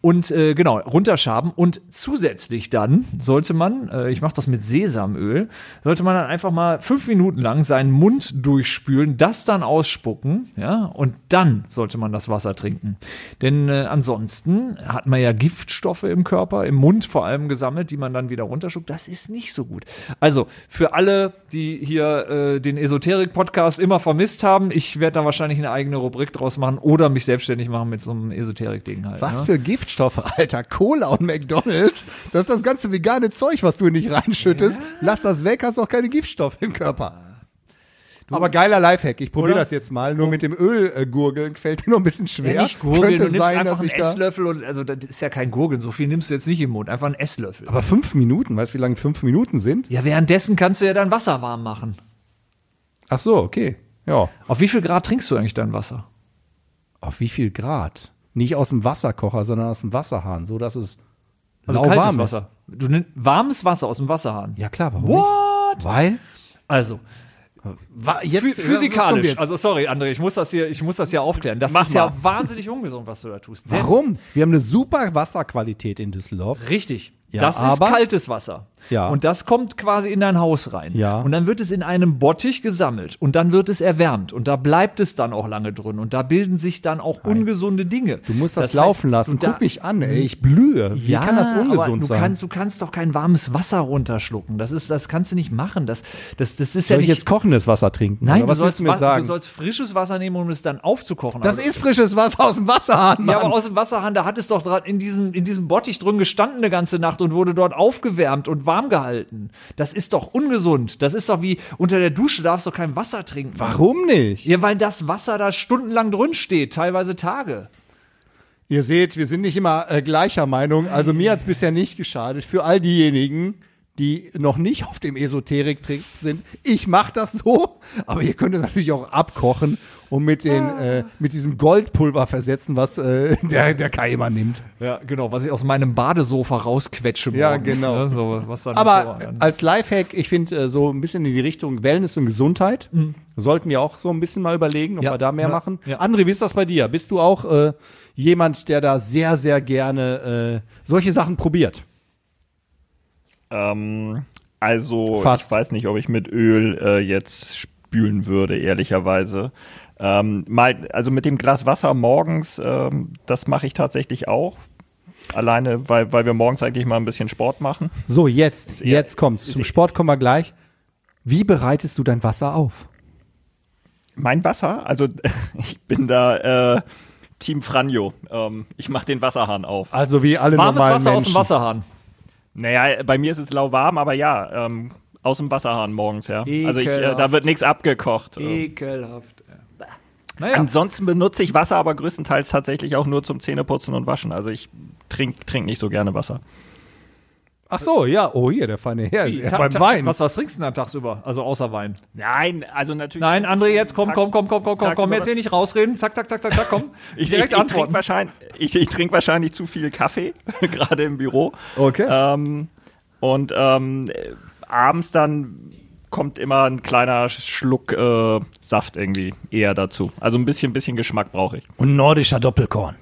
Speaker 1: Und äh, genau, runterschaben. Und zusätzlich dann sollte man, äh, ich mache das mit Sesamöl, sollte man dann einfach mal fünf Minuten lang seinen Mund durchspülen, das dann ausspucken, ja, und dann sollte man das Wasser trinken. Denn äh, ansonsten hat man ja Giftstoffe im Körper, im Mund vor allem gesammelt, die man dann wieder runterschluckt. Das ist nicht so gut. Also für alle, die hier äh, den Esoterik-Podcast immer vermisst haben, ich werde da wahrscheinlich eine eigene Rubrik draus machen oder mich selbstständig machen mit so einem Esoterik-Ding halt.
Speaker 2: Was
Speaker 1: ne?
Speaker 2: für Giftstoffe, (laughs) Alter. Cola und McDonalds. Das ist das ganze vegane Zeug, was du in dich reinschüttest. Lass das weg, hast auch keine Giftstoffe im Körper. Aber geiler Lifehack. Ich probiere
Speaker 1: Oder?
Speaker 2: das jetzt mal. Nur mit dem Öl äh, gurgeln fällt mir noch ein bisschen schwer.
Speaker 1: Ja, nicht gurgeln, du
Speaker 2: Könnte
Speaker 1: nimmst
Speaker 2: sein,
Speaker 1: einfach
Speaker 2: dass
Speaker 1: einen
Speaker 2: ich da.
Speaker 1: Esslöffel und also das ist ja kein Gurgeln, so viel nimmst du jetzt nicht im Mund, einfach einen Esslöffel.
Speaker 2: Aber fünf Minuten, weißt du, wie lange fünf Minuten sind?
Speaker 1: ja, währenddessen kannst du ja dann Wasser warm machen.
Speaker 2: Ach so, okay. Ja.
Speaker 1: Auf wie viel Grad trinkst du eigentlich dein Wasser?
Speaker 2: Auf wie viel Grad? Nicht aus dem Wasserkocher, sondern aus dem Wasserhahn, so dass es
Speaker 1: Also kaltes
Speaker 2: lauwarm ist.
Speaker 1: Wasser. Du nimmst warmes Wasser aus dem Wasserhahn.
Speaker 2: Ja klar, warum
Speaker 1: What?
Speaker 2: nicht? äh, Weil
Speaker 1: Also, Phy- physikalisch. Also sorry, André, ich muss das hier, ich muss das hier aufklären. Das ist ja wahnsinnig ungesund, was du da tust. Sehr-
Speaker 2: warum? Wir haben eine super Wasserqualität in Düsseldorf.
Speaker 1: Richtig.
Speaker 2: Ja,
Speaker 1: das ist
Speaker 2: aber-
Speaker 1: kaltes Wasser.
Speaker 2: Ja.
Speaker 1: Und das kommt quasi in dein Haus rein.
Speaker 2: Ja.
Speaker 1: Und dann wird es in einem Bottich gesammelt und dann wird es erwärmt und da bleibt es dann auch lange drin und da bilden sich dann auch ungesunde Dinge.
Speaker 2: Du musst das, laufen lassen. Guck mich an, ey, ich blühe. Wie
Speaker 1: ja,
Speaker 2: kann das
Speaker 1: aber
Speaker 2: ungesund
Speaker 1: du
Speaker 2: sein?
Speaker 1: Kannst, du kannst doch kein warmes Wasser runterschlucken. Das ist, das kannst du nicht machen. Das, das, das ist ja
Speaker 2: Soll ich
Speaker 1: nicht.
Speaker 2: jetzt kochendes Wasser trinken?
Speaker 1: Nein,
Speaker 2: Oder
Speaker 1: du
Speaker 2: was
Speaker 1: sollst,
Speaker 2: willst du mir
Speaker 1: wa-
Speaker 2: sagen?
Speaker 1: du sollst frisches Wasser nehmen, um es dann aufzukochen.
Speaker 2: das
Speaker 1: Aber-
Speaker 2: ist frisches Wasser aus dem Wasserhahn, Mann.
Speaker 1: ja, aber aus dem Wasserhahn, da hat es doch dran in diesem, in diesem Bottich drin gestanden eine ganze Nacht und wurde dort aufgewärmt und warm gehalten. Das ist doch ungesund. Das ist doch wie unter der Dusche darfst du kein Wasser trinken.
Speaker 2: Warum nicht?
Speaker 1: Ja, weil das Wasser da stundenlang drin steht, teilweise Tage.
Speaker 2: Ihr seht, wir sind nicht immer äh, gleicher Meinung. Also mir hat es bisher nicht geschadet. Für all diejenigen, die noch nicht auf dem Esoterik-Trick sind, ich mache das so. Aber ihr könnt es natürlich auch abkochen und mit, den,
Speaker 1: Ah.
Speaker 2: äh, mit diesem Goldpulver versetzen, was äh, der, der Kai immer nimmt.
Speaker 1: Ja, genau, was ich aus meinem Badesofa rausquetsche.
Speaker 2: Ja,
Speaker 1: morgens,
Speaker 2: genau.
Speaker 1: Ne? So, was dann
Speaker 2: Aber
Speaker 1: so an-
Speaker 2: als Lifehack, ich finde, so ein bisschen in die Richtung Wellness und Gesundheit sollten wir auch so ein bisschen mal überlegen, ob
Speaker 1: Ja,
Speaker 2: wir da mehr
Speaker 1: ja,
Speaker 2: machen.
Speaker 1: ja.
Speaker 2: André, wie ist das bei dir? Bist du auch äh, jemand, der da sehr, sehr gerne äh, solche Sachen probiert?
Speaker 3: Ähm, also,
Speaker 2: Fast.
Speaker 3: ich weiß nicht, ob ich mit Öl äh, jetzt spülen würde, ehrlicherweise. Ähm, mal, also mit dem Glas Wasser morgens, ähm, das mache ich tatsächlich auch. Alleine, weil, weil wir morgens eigentlich mal ein bisschen Sport machen.
Speaker 2: So, jetzt, jetzt kommt's. Zum Sport kommen wir gleich. Wie bereitest du dein Wasser auf?
Speaker 3: Mein Wasser, also (laughs) ich bin da äh, Team Franjo. Ähm, ich mache den Wasserhahn auf.
Speaker 2: Also wie alle
Speaker 1: warmes
Speaker 2: normalen
Speaker 1: Wasser aus
Speaker 2: Menschen.
Speaker 1: dem Wasserhahn.
Speaker 3: Naja, bei mir ist es lauwarm, aber ja, ähm, aus dem Wasserhahn morgens, ja. Also ich, äh, da
Speaker 1: Ekelhaft.
Speaker 3: wird nichts abgekocht. Ähm,
Speaker 1: Ekelhaft. Naja,
Speaker 3: Ansonsten benutze ich Wasser aber größtenteils tatsächlich auch nur zum Zähneputzen und Waschen. Also ich trinke trink nicht so gerne Wasser.
Speaker 2: Ach so, ja. Oh, hier, der feine Herr ist
Speaker 1: wie,
Speaker 2: ja
Speaker 1: ta-
Speaker 2: beim
Speaker 1: ta-
Speaker 2: Wein.
Speaker 1: Was, was trinkst du denn dann tagsüber? Also außer Wein.
Speaker 3: Nein, also natürlich.
Speaker 1: Nein, André, jetzt komm,
Speaker 3: Tags-
Speaker 1: komm, komm, komm, komm, komm, komm,
Speaker 3: tagsüber-
Speaker 1: jetzt hier nicht rausreden. Zack, zack, zack, zack, zack, komm.
Speaker 3: (laughs) Ich, ich, ich trinke wahrscheinlich, ich, ich trink wahrscheinlich zu viel Kaffee, (laughs) gerade im Büro.
Speaker 2: Okay.
Speaker 3: Ähm, und ähm, äh, abends dann kommt immer ein kleiner Schluck äh, Saft irgendwie eher dazu. Also ein bisschen, bisschen Geschmack brauche ich.
Speaker 2: Und nordischer Doppelkorn.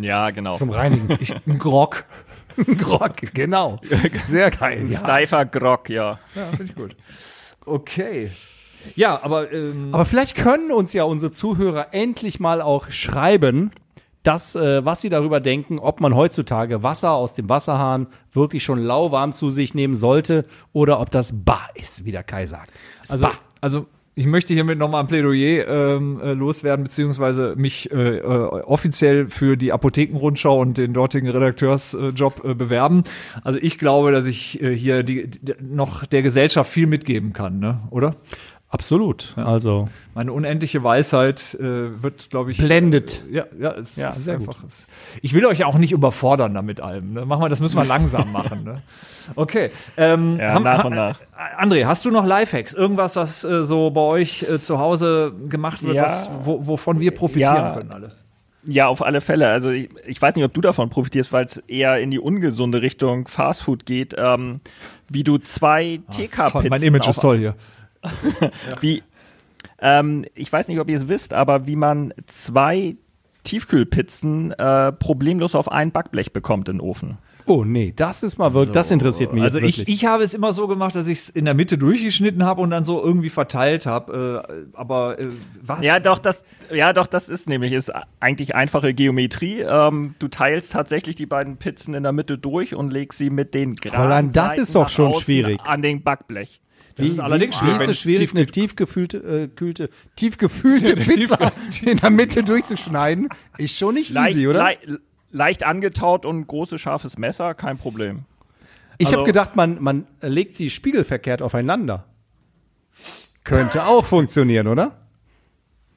Speaker 3: Ja, genau.
Speaker 2: Zum Reinigen. Ich, ein Grog. (laughs) Ein Grog, (laughs) genau. Sehr geil. Ja.
Speaker 3: Steifer Grog, ja.
Speaker 1: Ja, finde ich gut. Okay. Ja, aber ähm,
Speaker 2: Aber vielleicht können uns ja unsere Zuhörer endlich mal auch schreiben, das, äh, was sie darüber denken, ob man heutzutage Wasser aus dem Wasserhahn wirklich schon lauwarm zu sich nehmen sollte oder ob das bar ist, wie der Kai sagt. Ist
Speaker 1: Also,
Speaker 2: bar.
Speaker 1: also ich möchte hiermit nochmal ein Plädoyer ähm, äh, loswerden, beziehungsweise mich äh, äh, offiziell für die Apothekenrundschau und den dortigen Redakteursjob äh, bewerben. Also ich glaube, dass ich äh, hier die, die, noch der Gesellschaft viel mitgeben kann, ne? oder?
Speaker 2: Absolut. Also
Speaker 1: Meine unendliche Weisheit äh, wird, glaube ich.
Speaker 2: Blendet.
Speaker 1: Äh, ja, ja, es
Speaker 3: Ja,
Speaker 1: ist
Speaker 2: sehr
Speaker 1: einfach. Es, ich will euch ja auch nicht überfordern damit allem. Ne? Machen wir, das müssen wir langsam machen. Ne? Okay. Ähm,
Speaker 3: (laughs) Ja, nach und nach.
Speaker 1: äh, André, hast du noch Lifehacks? Irgendwas, was äh, so bei euch äh, zu Hause gemacht wird,
Speaker 3: Ja.
Speaker 1: was, wo, wovon wir profitieren
Speaker 3: Ja.
Speaker 1: können alle?
Speaker 3: Ja, auf alle Fälle. Also ich, ich weiß nicht, ob du davon profitierst, weil es eher in die ungesunde Richtung Fastfood geht. Ähm, wie du zwei
Speaker 1: Toll,
Speaker 3: TK-Pizzen
Speaker 1: mein Image Ah, ist toll hier.
Speaker 3: Wie, ähm, ich weiß nicht, ob ihr es wisst, aber wie man zwei Tiefkühlpizzen äh, problemlos auf ein Backblech bekommt in den Ofen.
Speaker 2: Oh nee, das ist mal wirklich, das interessiert mich
Speaker 1: Also
Speaker 2: jetzt
Speaker 1: ich,
Speaker 2: wirklich.
Speaker 1: ich habe es immer so gemacht, dass ich es in der Mitte durchgeschnitten habe und dann so irgendwie verteilt habe. Äh, aber äh, was?
Speaker 3: Ja, doch, das, ja, doch, das ist nämlich ist eigentlich einfache Geometrie. Ähm, du teilst tatsächlich die beiden Pizzen in der Mitte durch und legst sie mit den geraden
Speaker 2: allein das
Speaker 3: Seiten
Speaker 2: ist doch
Speaker 3: nach
Speaker 2: schon
Speaker 3: außen
Speaker 2: schwierig.
Speaker 3: an den Backblech.
Speaker 2: wie,
Speaker 1: ist allerdings
Speaker 2: wie,
Speaker 1: schwierig,
Speaker 2: wie ist
Speaker 1: wenn
Speaker 2: es
Speaker 1: es
Speaker 2: schwierig, eine tiefgefühlte, äh, kühlte,
Speaker 1: (laughs)
Speaker 2: tiefgefühlte Pizza in der Mitte durchzuschneiden? Ist schon nicht
Speaker 3: Leicht,
Speaker 2: easy, oder?
Speaker 3: lei- leicht angetaut und großes scharfes Messer, kein Problem.
Speaker 2: Ich
Speaker 3: Also-
Speaker 2: habe gedacht, man, man legt sie spiegelverkehrt aufeinander. Könnte auch funktionieren, oder?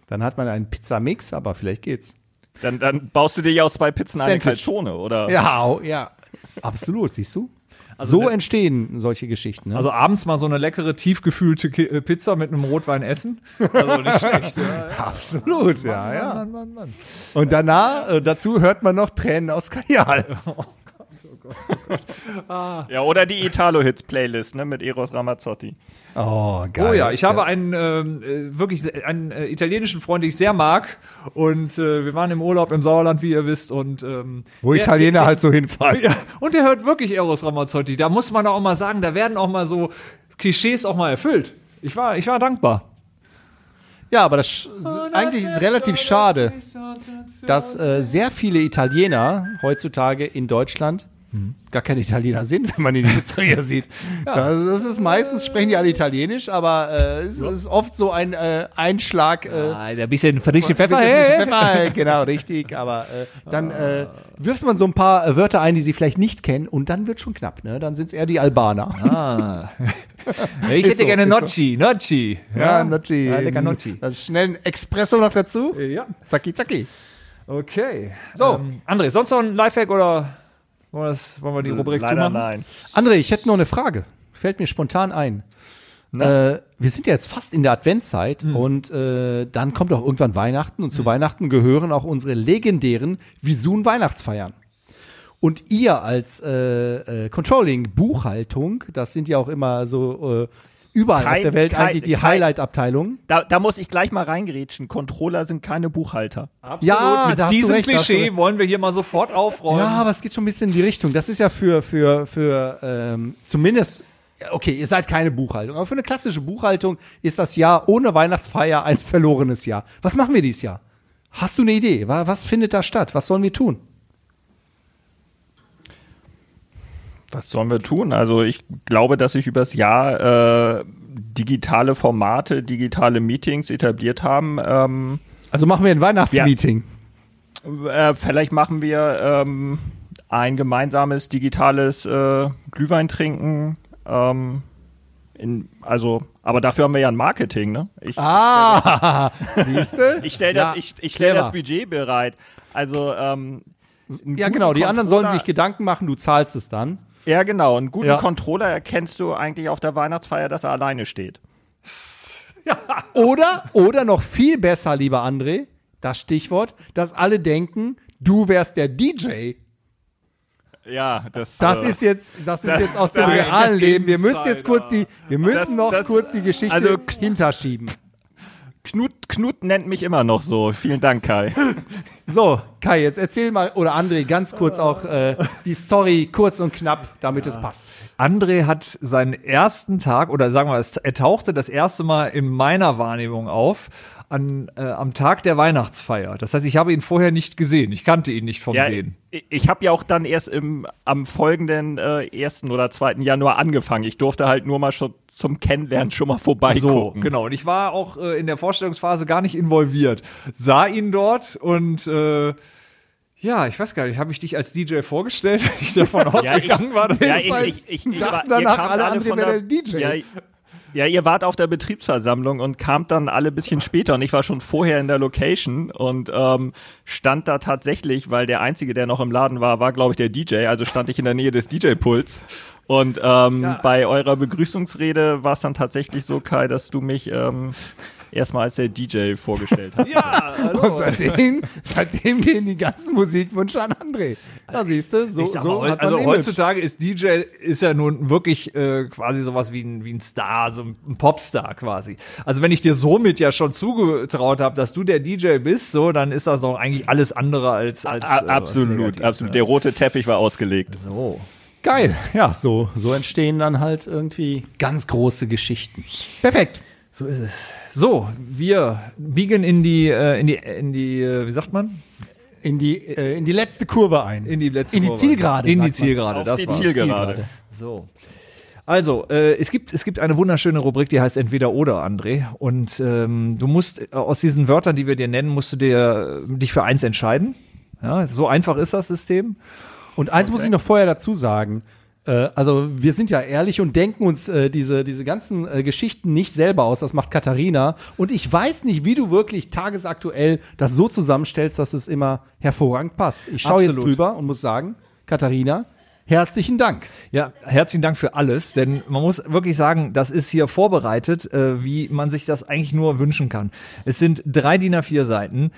Speaker 2: Dann hat man einen Pizzamix, aber vielleicht geht's.
Speaker 3: Dann, dann baust du dir ja aus zwei Pizzen eine
Speaker 2: Sandwich.
Speaker 3: Calzone, oder?
Speaker 2: Ja, au, ja. Absolut, siehst du? so entstehen solche Geschichten. Ne?
Speaker 1: Also abends mal so eine leckere, tiefgefühlte Ki- äh, Pizza mit einem Rotwein essen. Also nicht schlecht. ja.
Speaker 2: Absolut, ja, ja.
Speaker 1: Mann, Mann, Mann.
Speaker 2: Und danach, äh, dazu hört man noch Tränen aus Kajal.
Speaker 3: Ja, oder die Italo-Hits-Playlist, ne, mit Eros Ramazzotti.
Speaker 2: Oh, geil.
Speaker 1: Oh ja, ich habe einen ähm, äh, wirklich se- einen äh, italienischen Freund, den ich sehr mag. Und äh, wir waren im Urlaub im Sauerland, wie ihr wisst. Und, ähm,
Speaker 2: Wo
Speaker 1: der-
Speaker 2: Italiener
Speaker 1: der- (laughs)
Speaker 2: halt so hinfallen.
Speaker 1: Ja, und der hört wirklich Eros Ramazzotti. Da muss man auch mal sagen, da werden auch mal so Klischees auch mal erfüllt. Ich war, ich war dankbar.
Speaker 2: Ja, aber Oh, das sch- eigentlich ist es relativ schade, dass äh, sehr viele Italiener heutzutage in Deutschland
Speaker 1: Mhm.
Speaker 2: gar keine Italiener sind, (laughs) wenn man in die
Speaker 1: (laughs)
Speaker 2: Pizzeria sieht. Das, das ist meistens, sprechen die alle Italienisch, aber äh, es ist oft so ein äh, Einschlag. Äh,
Speaker 1: Ah, der bisschen frische Pfeffer. Ah.
Speaker 2: bisschen
Speaker 1: hey.
Speaker 2: frischen Pfeffer, genau, richtig. Aber äh, dann äh, wirft man so ein paar äh, Wörter ein, die sie vielleicht nicht kennen, und dann wird schon knapp. Ne? Dann sind es eher die Albaner.
Speaker 1: Ah. (laughs) ich hätte
Speaker 2: so,
Speaker 1: gerne
Speaker 2: ist
Speaker 1: Nocci, Nocci.
Speaker 2: Ja, Nocci.
Speaker 1: Ja, lecker Äh. Nocci.
Speaker 2: Das schnell ein Espresso noch dazu.
Speaker 1: Ja,
Speaker 2: Zacki, zacki.
Speaker 1: okay. So, ähm, André, sonst noch ein Lifehack oder wollen wir, das, wollen wir die Rubrik
Speaker 3: Leider
Speaker 1: zumachen?
Speaker 3: nein.
Speaker 2: André, ich hätte noch eine Frage. Fällt mir spontan ein. Äh, wir sind ja jetzt fast in der Adventszeit
Speaker 3: Mhm.
Speaker 2: und äh, dann kommt auch irgendwann Weihnachten und zu Weihnachten gehören auch unsere legendären Visun Weihnachtsfeiern. Und ihr als äh, äh, Controlling, Buchhaltung, das sind ja auch immer so äh, überall auf
Speaker 3: Kein-
Speaker 2: der Welt
Speaker 3: kein-
Speaker 2: eigentlich die
Speaker 3: kein-
Speaker 2: Highlight-Abteilung.
Speaker 3: Da, da muss ich gleich mal reingrätschen. Controller sind keine Buchhalter.
Speaker 2: Ja,
Speaker 1: Mit
Speaker 2: da hast du
Speaker 1: diesem
Speaker 2: recht, da hast du
Speaker 1: Klischee
Speaker 2: recht.
Speaker 1: wollen wir hier mal sofort aufräumen.
Speaker 2: Ja, aber es geht schon ein bisschen in die Richtung. Das ist ja für, für, für ähm, zumindest, ja, okay, ihr seid keine Buchhaltung, aber für eine klassische Buchhaltung ist das Jahr ohne Weihnachtsfeier ein verlorenes Jahr. Was machen wir dieses Jahr? Hast du eine Idee? Wa- Was findet da statt? Was sollen wir tun?
Speaker 3: Was sollen wir tun? Also ich glaube, dass sich übers Jahr äh, digitale Formate, digitale Meetings etabliert haben. Ähm,
Speaker 2: Also machen wir ein Weihnachtsmeeting.
Speaker 3: äh, vielleicht machen wir ähm, ein gemeinsames digitales äh, Glühwein trinken. Ähm, in, also, aber dafür haben wir ja ein Marketing, ne? Ich,
Speaker 2: Ah, (laughs) siehst du?
Speaker 3: ich stelle das,
Speaker 2: Ja,
Speaker 3: ich, ich stell das
Speaker 2: clever.
Speaker 3: Budget bereit. Also ähm, einen
Speaker 2: Ja,
Speaker 3: guten
Speaker 2: genau. Die anderen sollen
Speaker 3: Controller-
Speaker 2: sich Gedanken machen, du zahlst es dann.
Speaker 3: Ja, genau. Einen guten
Speaker 2: Ja.
Speaker 3: Controller erkennst du eigentlich auf der Weihnachtsfeier, dass er alleine steht.
Speaker 2: Oder, oder noch viel besser, lieber André, das Stichwort, dass alle denken, du wärst der DJ.
Speaker 3: Ja, das,
Speaker 2: Das
Speaker 3: äh,
Speaker 2: ist jetzt, das ist jetzt aus dem
Speaker 3: Nein,
Speaker 2: realen Leben. Wir müssen jetzt kurz die, wir müssen
Speaker 3: Das-
Speaker 2: noch
Speaker 3: das-
Speaker 2: kurz die Geschichte
Speaker 3: also-
Speaker 2: hinterschieben.
Speaker 3: Knut, Knut nennt mich immer noch so. Vielen Dank, Kai.
Speaker 2: So, Kai, jetzt erzähl mal oder André ganz kurz auch äh, die Story kurz und knapp, damit es passt.
Speaker 1: André hat seinen ersten Tag, oder sagen wir, es, er tauchte das erste Mal in meiner Wahrnehmung auf, an, äh, am Tag der Weihnachtsfeier. Das heißt, ich habe ihn vorher nicht gesehen. Ich kannte ihn nicht vom
Speaker 3: Ja,
Speaker 1: Sehen.
Speaker 3: ich ich habe ja auch dann erst im, am folgenden äh, 1. oder 2. Januar angefangen. Ich durfte halt nur mal schon zum Kennenlernen schon mal
Speaker 1: Hm. So,
Speaker 3: vorbeigucken.
Speaker 1: genau. Und ich war auch äh, in der Vorstellungsphase gar nicht involviert. Sah ihn dort und äh, ja, ich weiß gar nicht, habe ich dich als DJ vorgestellt, (laughs) wenn ich davon ausgegangen war, dass
Speaker 3: Ja,
Speaker 1: du-
Speaker 3: ich, ich, ich, ich,
Speaker 2: dachten
Speaker 3: war- ihr
Speaker 2: danach
Speaker 3: kamt
Speaker 2: alle anderen,
Speaker 3: von
Speaker 2: wer
Speaker 3: der-
Speaker 2: der DJ.
Speaker 3: Ja, ich- ja, ihr wart auf der Betriebsversammlung und kamt dann alle ein bisschen später und ich war schon vorher in der Location und ähm, stand da tatsächlich, weil der Einzige, der noch im Laden war, war, glaube ich, der DJ, also stand ich in der Nähe des DJ-Puls. Und ähm, bei eurer Begrüßungsrede war es dann tatsächlich so, Kai, dass du mich ähm, erstmal als der DJ vorgestellt hast.
Speaker 1: ja,
Speaker 2: Und
Speaker 1: hallo.
Speaker 2: seitdem, seitdem gehen die ganzen Musikwünsche an André. Da siehst du, so,
Speaker 1: Ich sag mal,
Speaker 2: so
Speaker 1: heu-
Speaker 2: hat man
Speaker 1: also
Speaker 2: Image.
Speaker 1: heutzutage ist DJ ist ja nun wirklich äh, quasi sowas wie ein, wie ein Star, so ein ein Popstar quasi. Also wenn ich dir somit ja schon zugetraut habe, dass du der DJ bist, so dann ist das doch eigentlich alles andere als als
Speaker 3: A
Speaker 1: äh, was
Speaker 3: absolut,
Speaker 1: Negatives,
Speaker 3: absolut. Der rote Teppich war ausgelegt.
Speaker 1: ne? So.
Speaker 2: Geil, ja, so, so entstehen dann halt irgendwie ganz große Geschichten. Perfekt.
Speaker 1: So ist es. So, wir biegen in die äh, in die in die äh, wie sagt man?
Speaker 2: In die, äh, in die letzte Kurve ein.
Speaker 1: In die letzte
Speaker 2: In die
Speaker 1: Kurve.
Speaker 2: Zielgerade,
Speaker 1: In die
Speaker 2: sagt man.
Speaker 1: Zielgerade,
Speaker 3: Auf
Speaker 1: das
Speaker 3: die
Speaker 1: war's.
Speaker 3: Zielgerade.
Speaker 1: So. Also, äh, es, gibt, es gibt eine wunderschöne Rubrik, die heißt entweder oder, André. Und ähm, du musst äh, aus diesen Wörtern, die wir dir nennen, musst du dir, äh, dich für eins entscheiden. Ja, so einfach ist das System.
Speaker 2: Und eins muss ich noch vorher dazu sagen. Äh, also wir sind ja ehrlich und denken uns äh, diese, diese ganzen äh, Geschichten nicht selber aus. Das macht Katharina. Und ich weiß nicht, wie du wirklich tagesaktuell das so zusammenstellst, dass es immer hervorragend passt. Ich schaue jetzt
Speaker 1: Absolut.
Speaker 2: drüber und muss sagen, Katharina, herzlichen Dank.
Speaker 1: Ja, herzlichen Dank für alles, denn man muss wirklich sagen, das ist hier vorbereitet, äh, wie man sich das eigentlich nur wünschen kann. Es sind drei DIN A4 Seiten,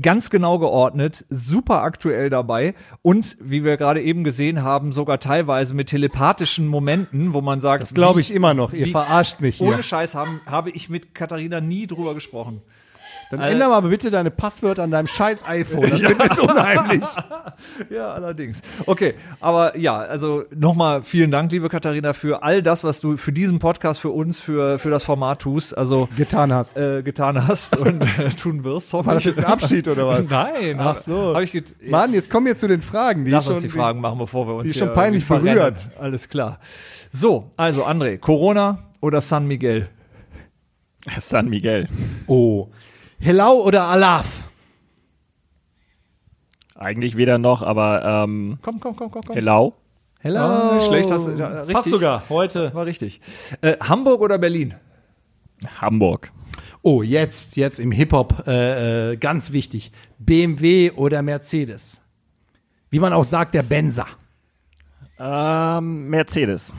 Speaker 1: ganz genau geordnet, super aktuell dabei und wie wir gerade eben gesehen haben, sogar teilweise mit telepathischen Momenten, wo man sagt,
Speaker 2: Das glaube ich immer noch. Ihr
Speaker 1: Wie-
Speaker 2: verarscht mich hier. (laughs)
Speaker 1: Ohne Scheiß haben, habe ich mit Katharina nie drüber gesprochen.
Speaker 2: Dann
Speaker 1: Alter.
Speaker 2: änder mal bitte deine Passwörter an deinem scheiß iPhone. (laughs) Das wird mir jetzt unheimlich.
Speaker 1: Ja, allerdings. Okay, aber ja, also nochmal vielen Dank, liebe Katharina, für all das, was du für diesen Podcast, für uns, für, für das Format tust, also
Speaker 2: Getan hast.
Speaker 1: äh, getan
Speaker 2: (laughs)
Speaker 1: hast und äh, tun wirst.
Speaker 2: War das jetzt ein Abschied oder was?
Speaker 1: Nein.
Speaker 2: Ach so.
Speaker 1: Hab ich get-
Speaker 2: Mann, jetzt kommen wir zu den Fragen. Die
Speaker 1: Lass
Speaker 2: schon,
Speaker 1: uns die Fragen machen, bevor wir uns
Speaker 2: die ist
Speaker 1: hier
Speaker 2: schon peinlich
Speaker 1: irgendwie verrennen.
Speaker 2: berührt.
Speaker 1: Alles klar. So, also André, Corona oder San Miguel?
Speaker 3: San Miguel.
Speaker 2: Oh. Hello oder Alaf?
Speaker 3: Eigentlich weder noch, aber ähm,
Speaker 1: Komm, komm, komm, komm, komm.
Speaker 3: Hello.
Speaker 2: Hello.
Speaker 1: Ah, schlecht hast du- ja, richtig.
Speaker 2: Passt sogar heute.
Speaker 1: War richtig. Äh, Hamburg oder Berlin?
Speaker 3: Hamburg.
Speaker 2: Oh, jetzt, jetzt im Hip-Hop, äh, äh, ganz wichtig. BMW oder Mercedes? Wie man auch sagt, der Benzer.
Speaker 3: Ähm, Mercedes.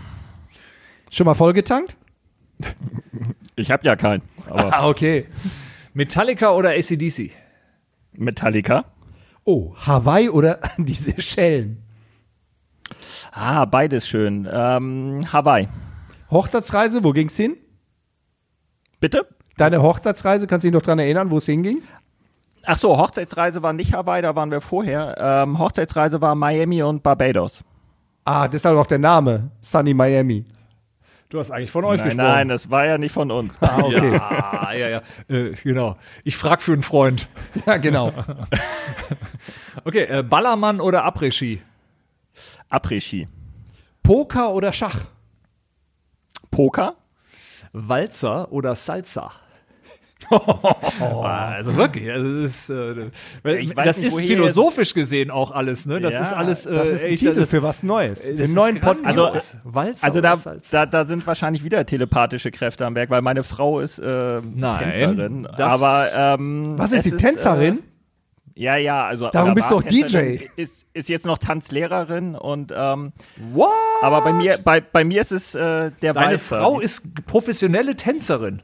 Speaker 2: Schon mal vollgetankt?
Speaker 3: Ich habe ja keinen, (laughs) aber
Speaker 2: Ah, okay.
Speaker 1: Metallica oder ACDC?
Speaker 3: Metallica.
Speaker 2: Oh, Hawaii oder (laughs) diese Schellen?
Speaker 3: Ah, beides schön. Ähm, Hawaii.
Speaker 2: Hochzeitsreise, wo ging's hin?
Speaker 3: Bitte?
Speaker 2: Deine Hochzeitsreise, kannst du dich noch dran erinnern, wo es hinging?
Speaker 3: Ach so, Hochzeitsreise war nicht Hawaii, da waren wir vorher. Ähm, Hochzeitsreise war Miami und Barbados.
Speaker 2: Ah, deshalb auch der Name, Sunny Miami.
Speaker 1: Du hast eigentlich von euch
Speaker 3: nein,
Speaker 1: gesprochen.
Speaker 3: nein, das war ja nicht von uns.
Speaker 2: Ah, okay. (laughs) Ja,
Speaker 1: Ah, ja, ja, äh, genau. Ich frag für einen Freund.
Speaker 2: genau.
Speaker 1: Okay, äh, Ballermann oder Après-Ski?
Speaker 3: Après-Ski.
Speaker 2: Poker oder Schach?
Speaker 3: Poker?
Speaker 1: Walzer oder Salsa? Also wirklich, also das ist, äh, weil-
Speaker 3: Ich weiß
Speaker 1: das
Speaker 3: nicht,
Speaker 1: ist
Speaker 3: woher
Speaker 1: philosophisch gesehen auch alles, ne? Das
Speaker 3: Ja,
Speaker 1: ist alles. Äh,
Speaker 2: Das ist ein
Speaker 1: echt,
Speaker 2: Titel
Speaker 1: das,
Speaker 2: für was Neues. Für
Speaker 1: das
Speaker 2: einen
Speaker 1: ist
Speaker 2: neuen Podcast.
Speaker 1: grandios.
Speaker 3: Also-
Speaker 1: Walzer
Speaker 3: Also
Speaker 1: oder
Speaker 3: da,
Speaker 1: Salsa.
Speaker 3: da, da sind wahrscheinlich wieder telepathische Kräfte am Werk, weil meine Frau ist äh,
Speaker 1: Nein,
Speaker 3: Tänzerin.
Speaker 1: das-
Speaker 3: Aber ähm,
Speaker 2: was ist
Speaker 3: es
Speaker 2: die Tänzerin?
Speaker 3: Äh, ja, ja, also
Speaker 2: Darum
Speaker 3: oder
Speaker 2: bist du auch
Speaker 3: war
Speaker 2: DJ.
Speaker 3: Tänzerin, Ist, ist jetzt noch Tanzlehrerin und ähm,
Speaker 1: What?
Speaker 3: aber bei mir bei, bei mir ist es äh, der
Speaker 1: Deine
Speaker 3: Walzer.
Speaker 1: Frau
Speaker 3: Die
Speaker 1: ist professionelle Tänzerin.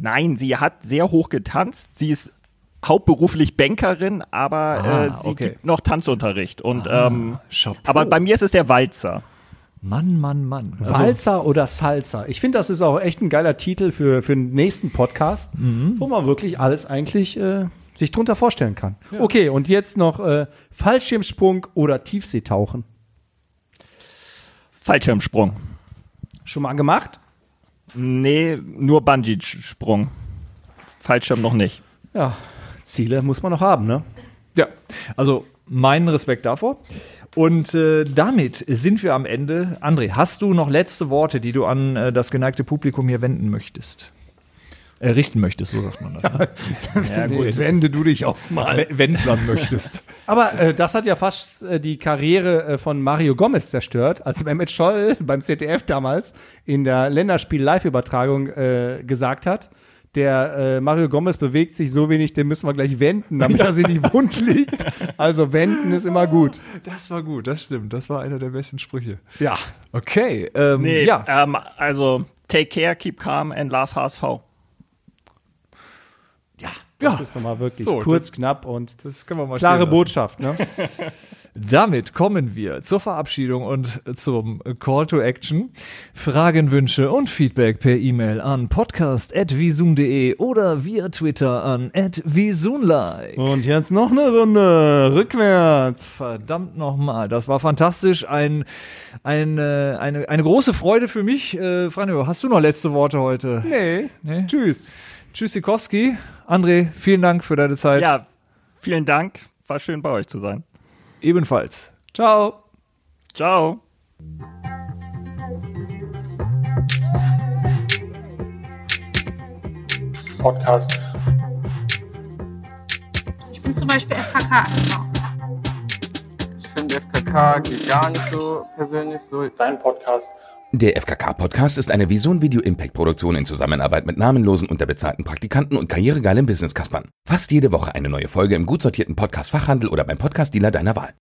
Speaker 3: Nein, sie hat sehr hoch getanzt. Sie ist hauptberuflich Bankerin, aber
Speaker 1: Ah,
Speaker 3: äh,
Speaker 1: okay.
Speaker 3: sie
Speaker 1: Ah,
Speaker 3: gibt noch Tanzunterricht. Und, ähm,
Speaker 1: Chapeau.
Speaker 3: aber bei mir ist es der Walzer.
Speaker 1: Mann, Mann, Mann.
Speaker 2: Salsa oder Salsa. Ich finde, das ist auch echt ein geiler Titel für, für den nächsten Podcast, wo man wirklich alles eigentlich äh, sich drunter vorstellen kann. Okay, und jetzt noch äh, Fallschirmsprung oder Tiefseetauchen.
Speaker 3: Fallschirmsprung.
Speaker 2: Schon mal gemacht?
Speaker 3: Nee, nur Bungee-Sprung. Fallschirm noch nicht.
Speaker 2: Ja, Ziele muss man noch haben, ne?
Speaker 1: Ja, also meinen Respekt davor. Und äh, damit sind wir am Ende. André, hast du noch letzte Worte, die du an äh, das geneigte Publikum hier wenden möchtest? Äh, richten möchtest, so sagt man das. (laughs) Ne?
Speaker 3: Ja,
Speaker 2: Gut, wende du dich auch mal.
Speaker 1: W- Wendlern möchtest.
Speaker 2: Aber äh, das hat ja fast äh, die Karriere äh, von Mario Gomez zerstört, als Mehmet Scholl (laughs) beim ZDF damals in der Länderspiel-Live-Übertragung äh, gesagt hat, der äh, Mario Gomez bewegt sich so wenig, den müssen wir gleich wenden, damit er sich (laughs) nicht wund liegt. Also wenden ist immer gut.
Speaker 1: (laughs) Das war gut, das stimmt. Das war einer der besten Sprüche.
Speaker 2: Ja.
Speaker 1: Okay, ähm,
Speaker 3: Nee,
Speaker 1: ja.
Speaker 3: ähm, also take care, keep calm and love HSV.
Speaker 2: Das
Speaker 1: Ja.
Speaker 2: ist nochmal wirklich
Speaker 1: So,
Speaker 2: kurz, knapp und
Speaker 1: Das können wir mal
Speaker 2: klare
Speaker 1: stehen lassen.
Speaker 2: Botschaft. Ne?
Speaker 1: Damit kommen wir zur Verabschiedung und zum Call to Action. Fragen, Wünsche und Feedback per E-Mail an podcast.visun.de oder via Twitter an @visunlike.
Speaker 2: Und jetzt noch eine Runde rückwärts.
Speaker 1: Verdammt nochmal, das war fantastisch. Ein, ein, äh, eine, eine große Freude für mich. Äh, Franjo, hast du noch letzte Worte heute?
Speaker 2: Nee.
Speaker 1: Nee.
Speaker 2: Tschüss.
Speaker 1: Tschüss, Sikowski. André, vielen Dank für deine Zeit.
Speaker 3: Ja, vielen Dank. War schön bei euch zu sein.
Speaker 1: Ebenfalls.
Speaker 2: Ciao.
Speaker 3: Ciao.
Speaker 4: Podcast.
Speaker 5: Ich bin zum Beispiel FKK angekommen.
Speaker 6: Ich finde FKK geht gar nicht so persönlich so.
Speaker 4: Dein Podcast.
Speaker 10: Der FKK-Podcast ist eine Vision Video Impact Produktion in Zusammenarbeit mit namenlosen, unterbezahlten Praktikanten und karrieregeilen Business-Kaspern. Fast jede Woche eine neue Folge im gut sortierten Podcast-Fachhandel oder beim Podcast-Dealer deiner Wahl.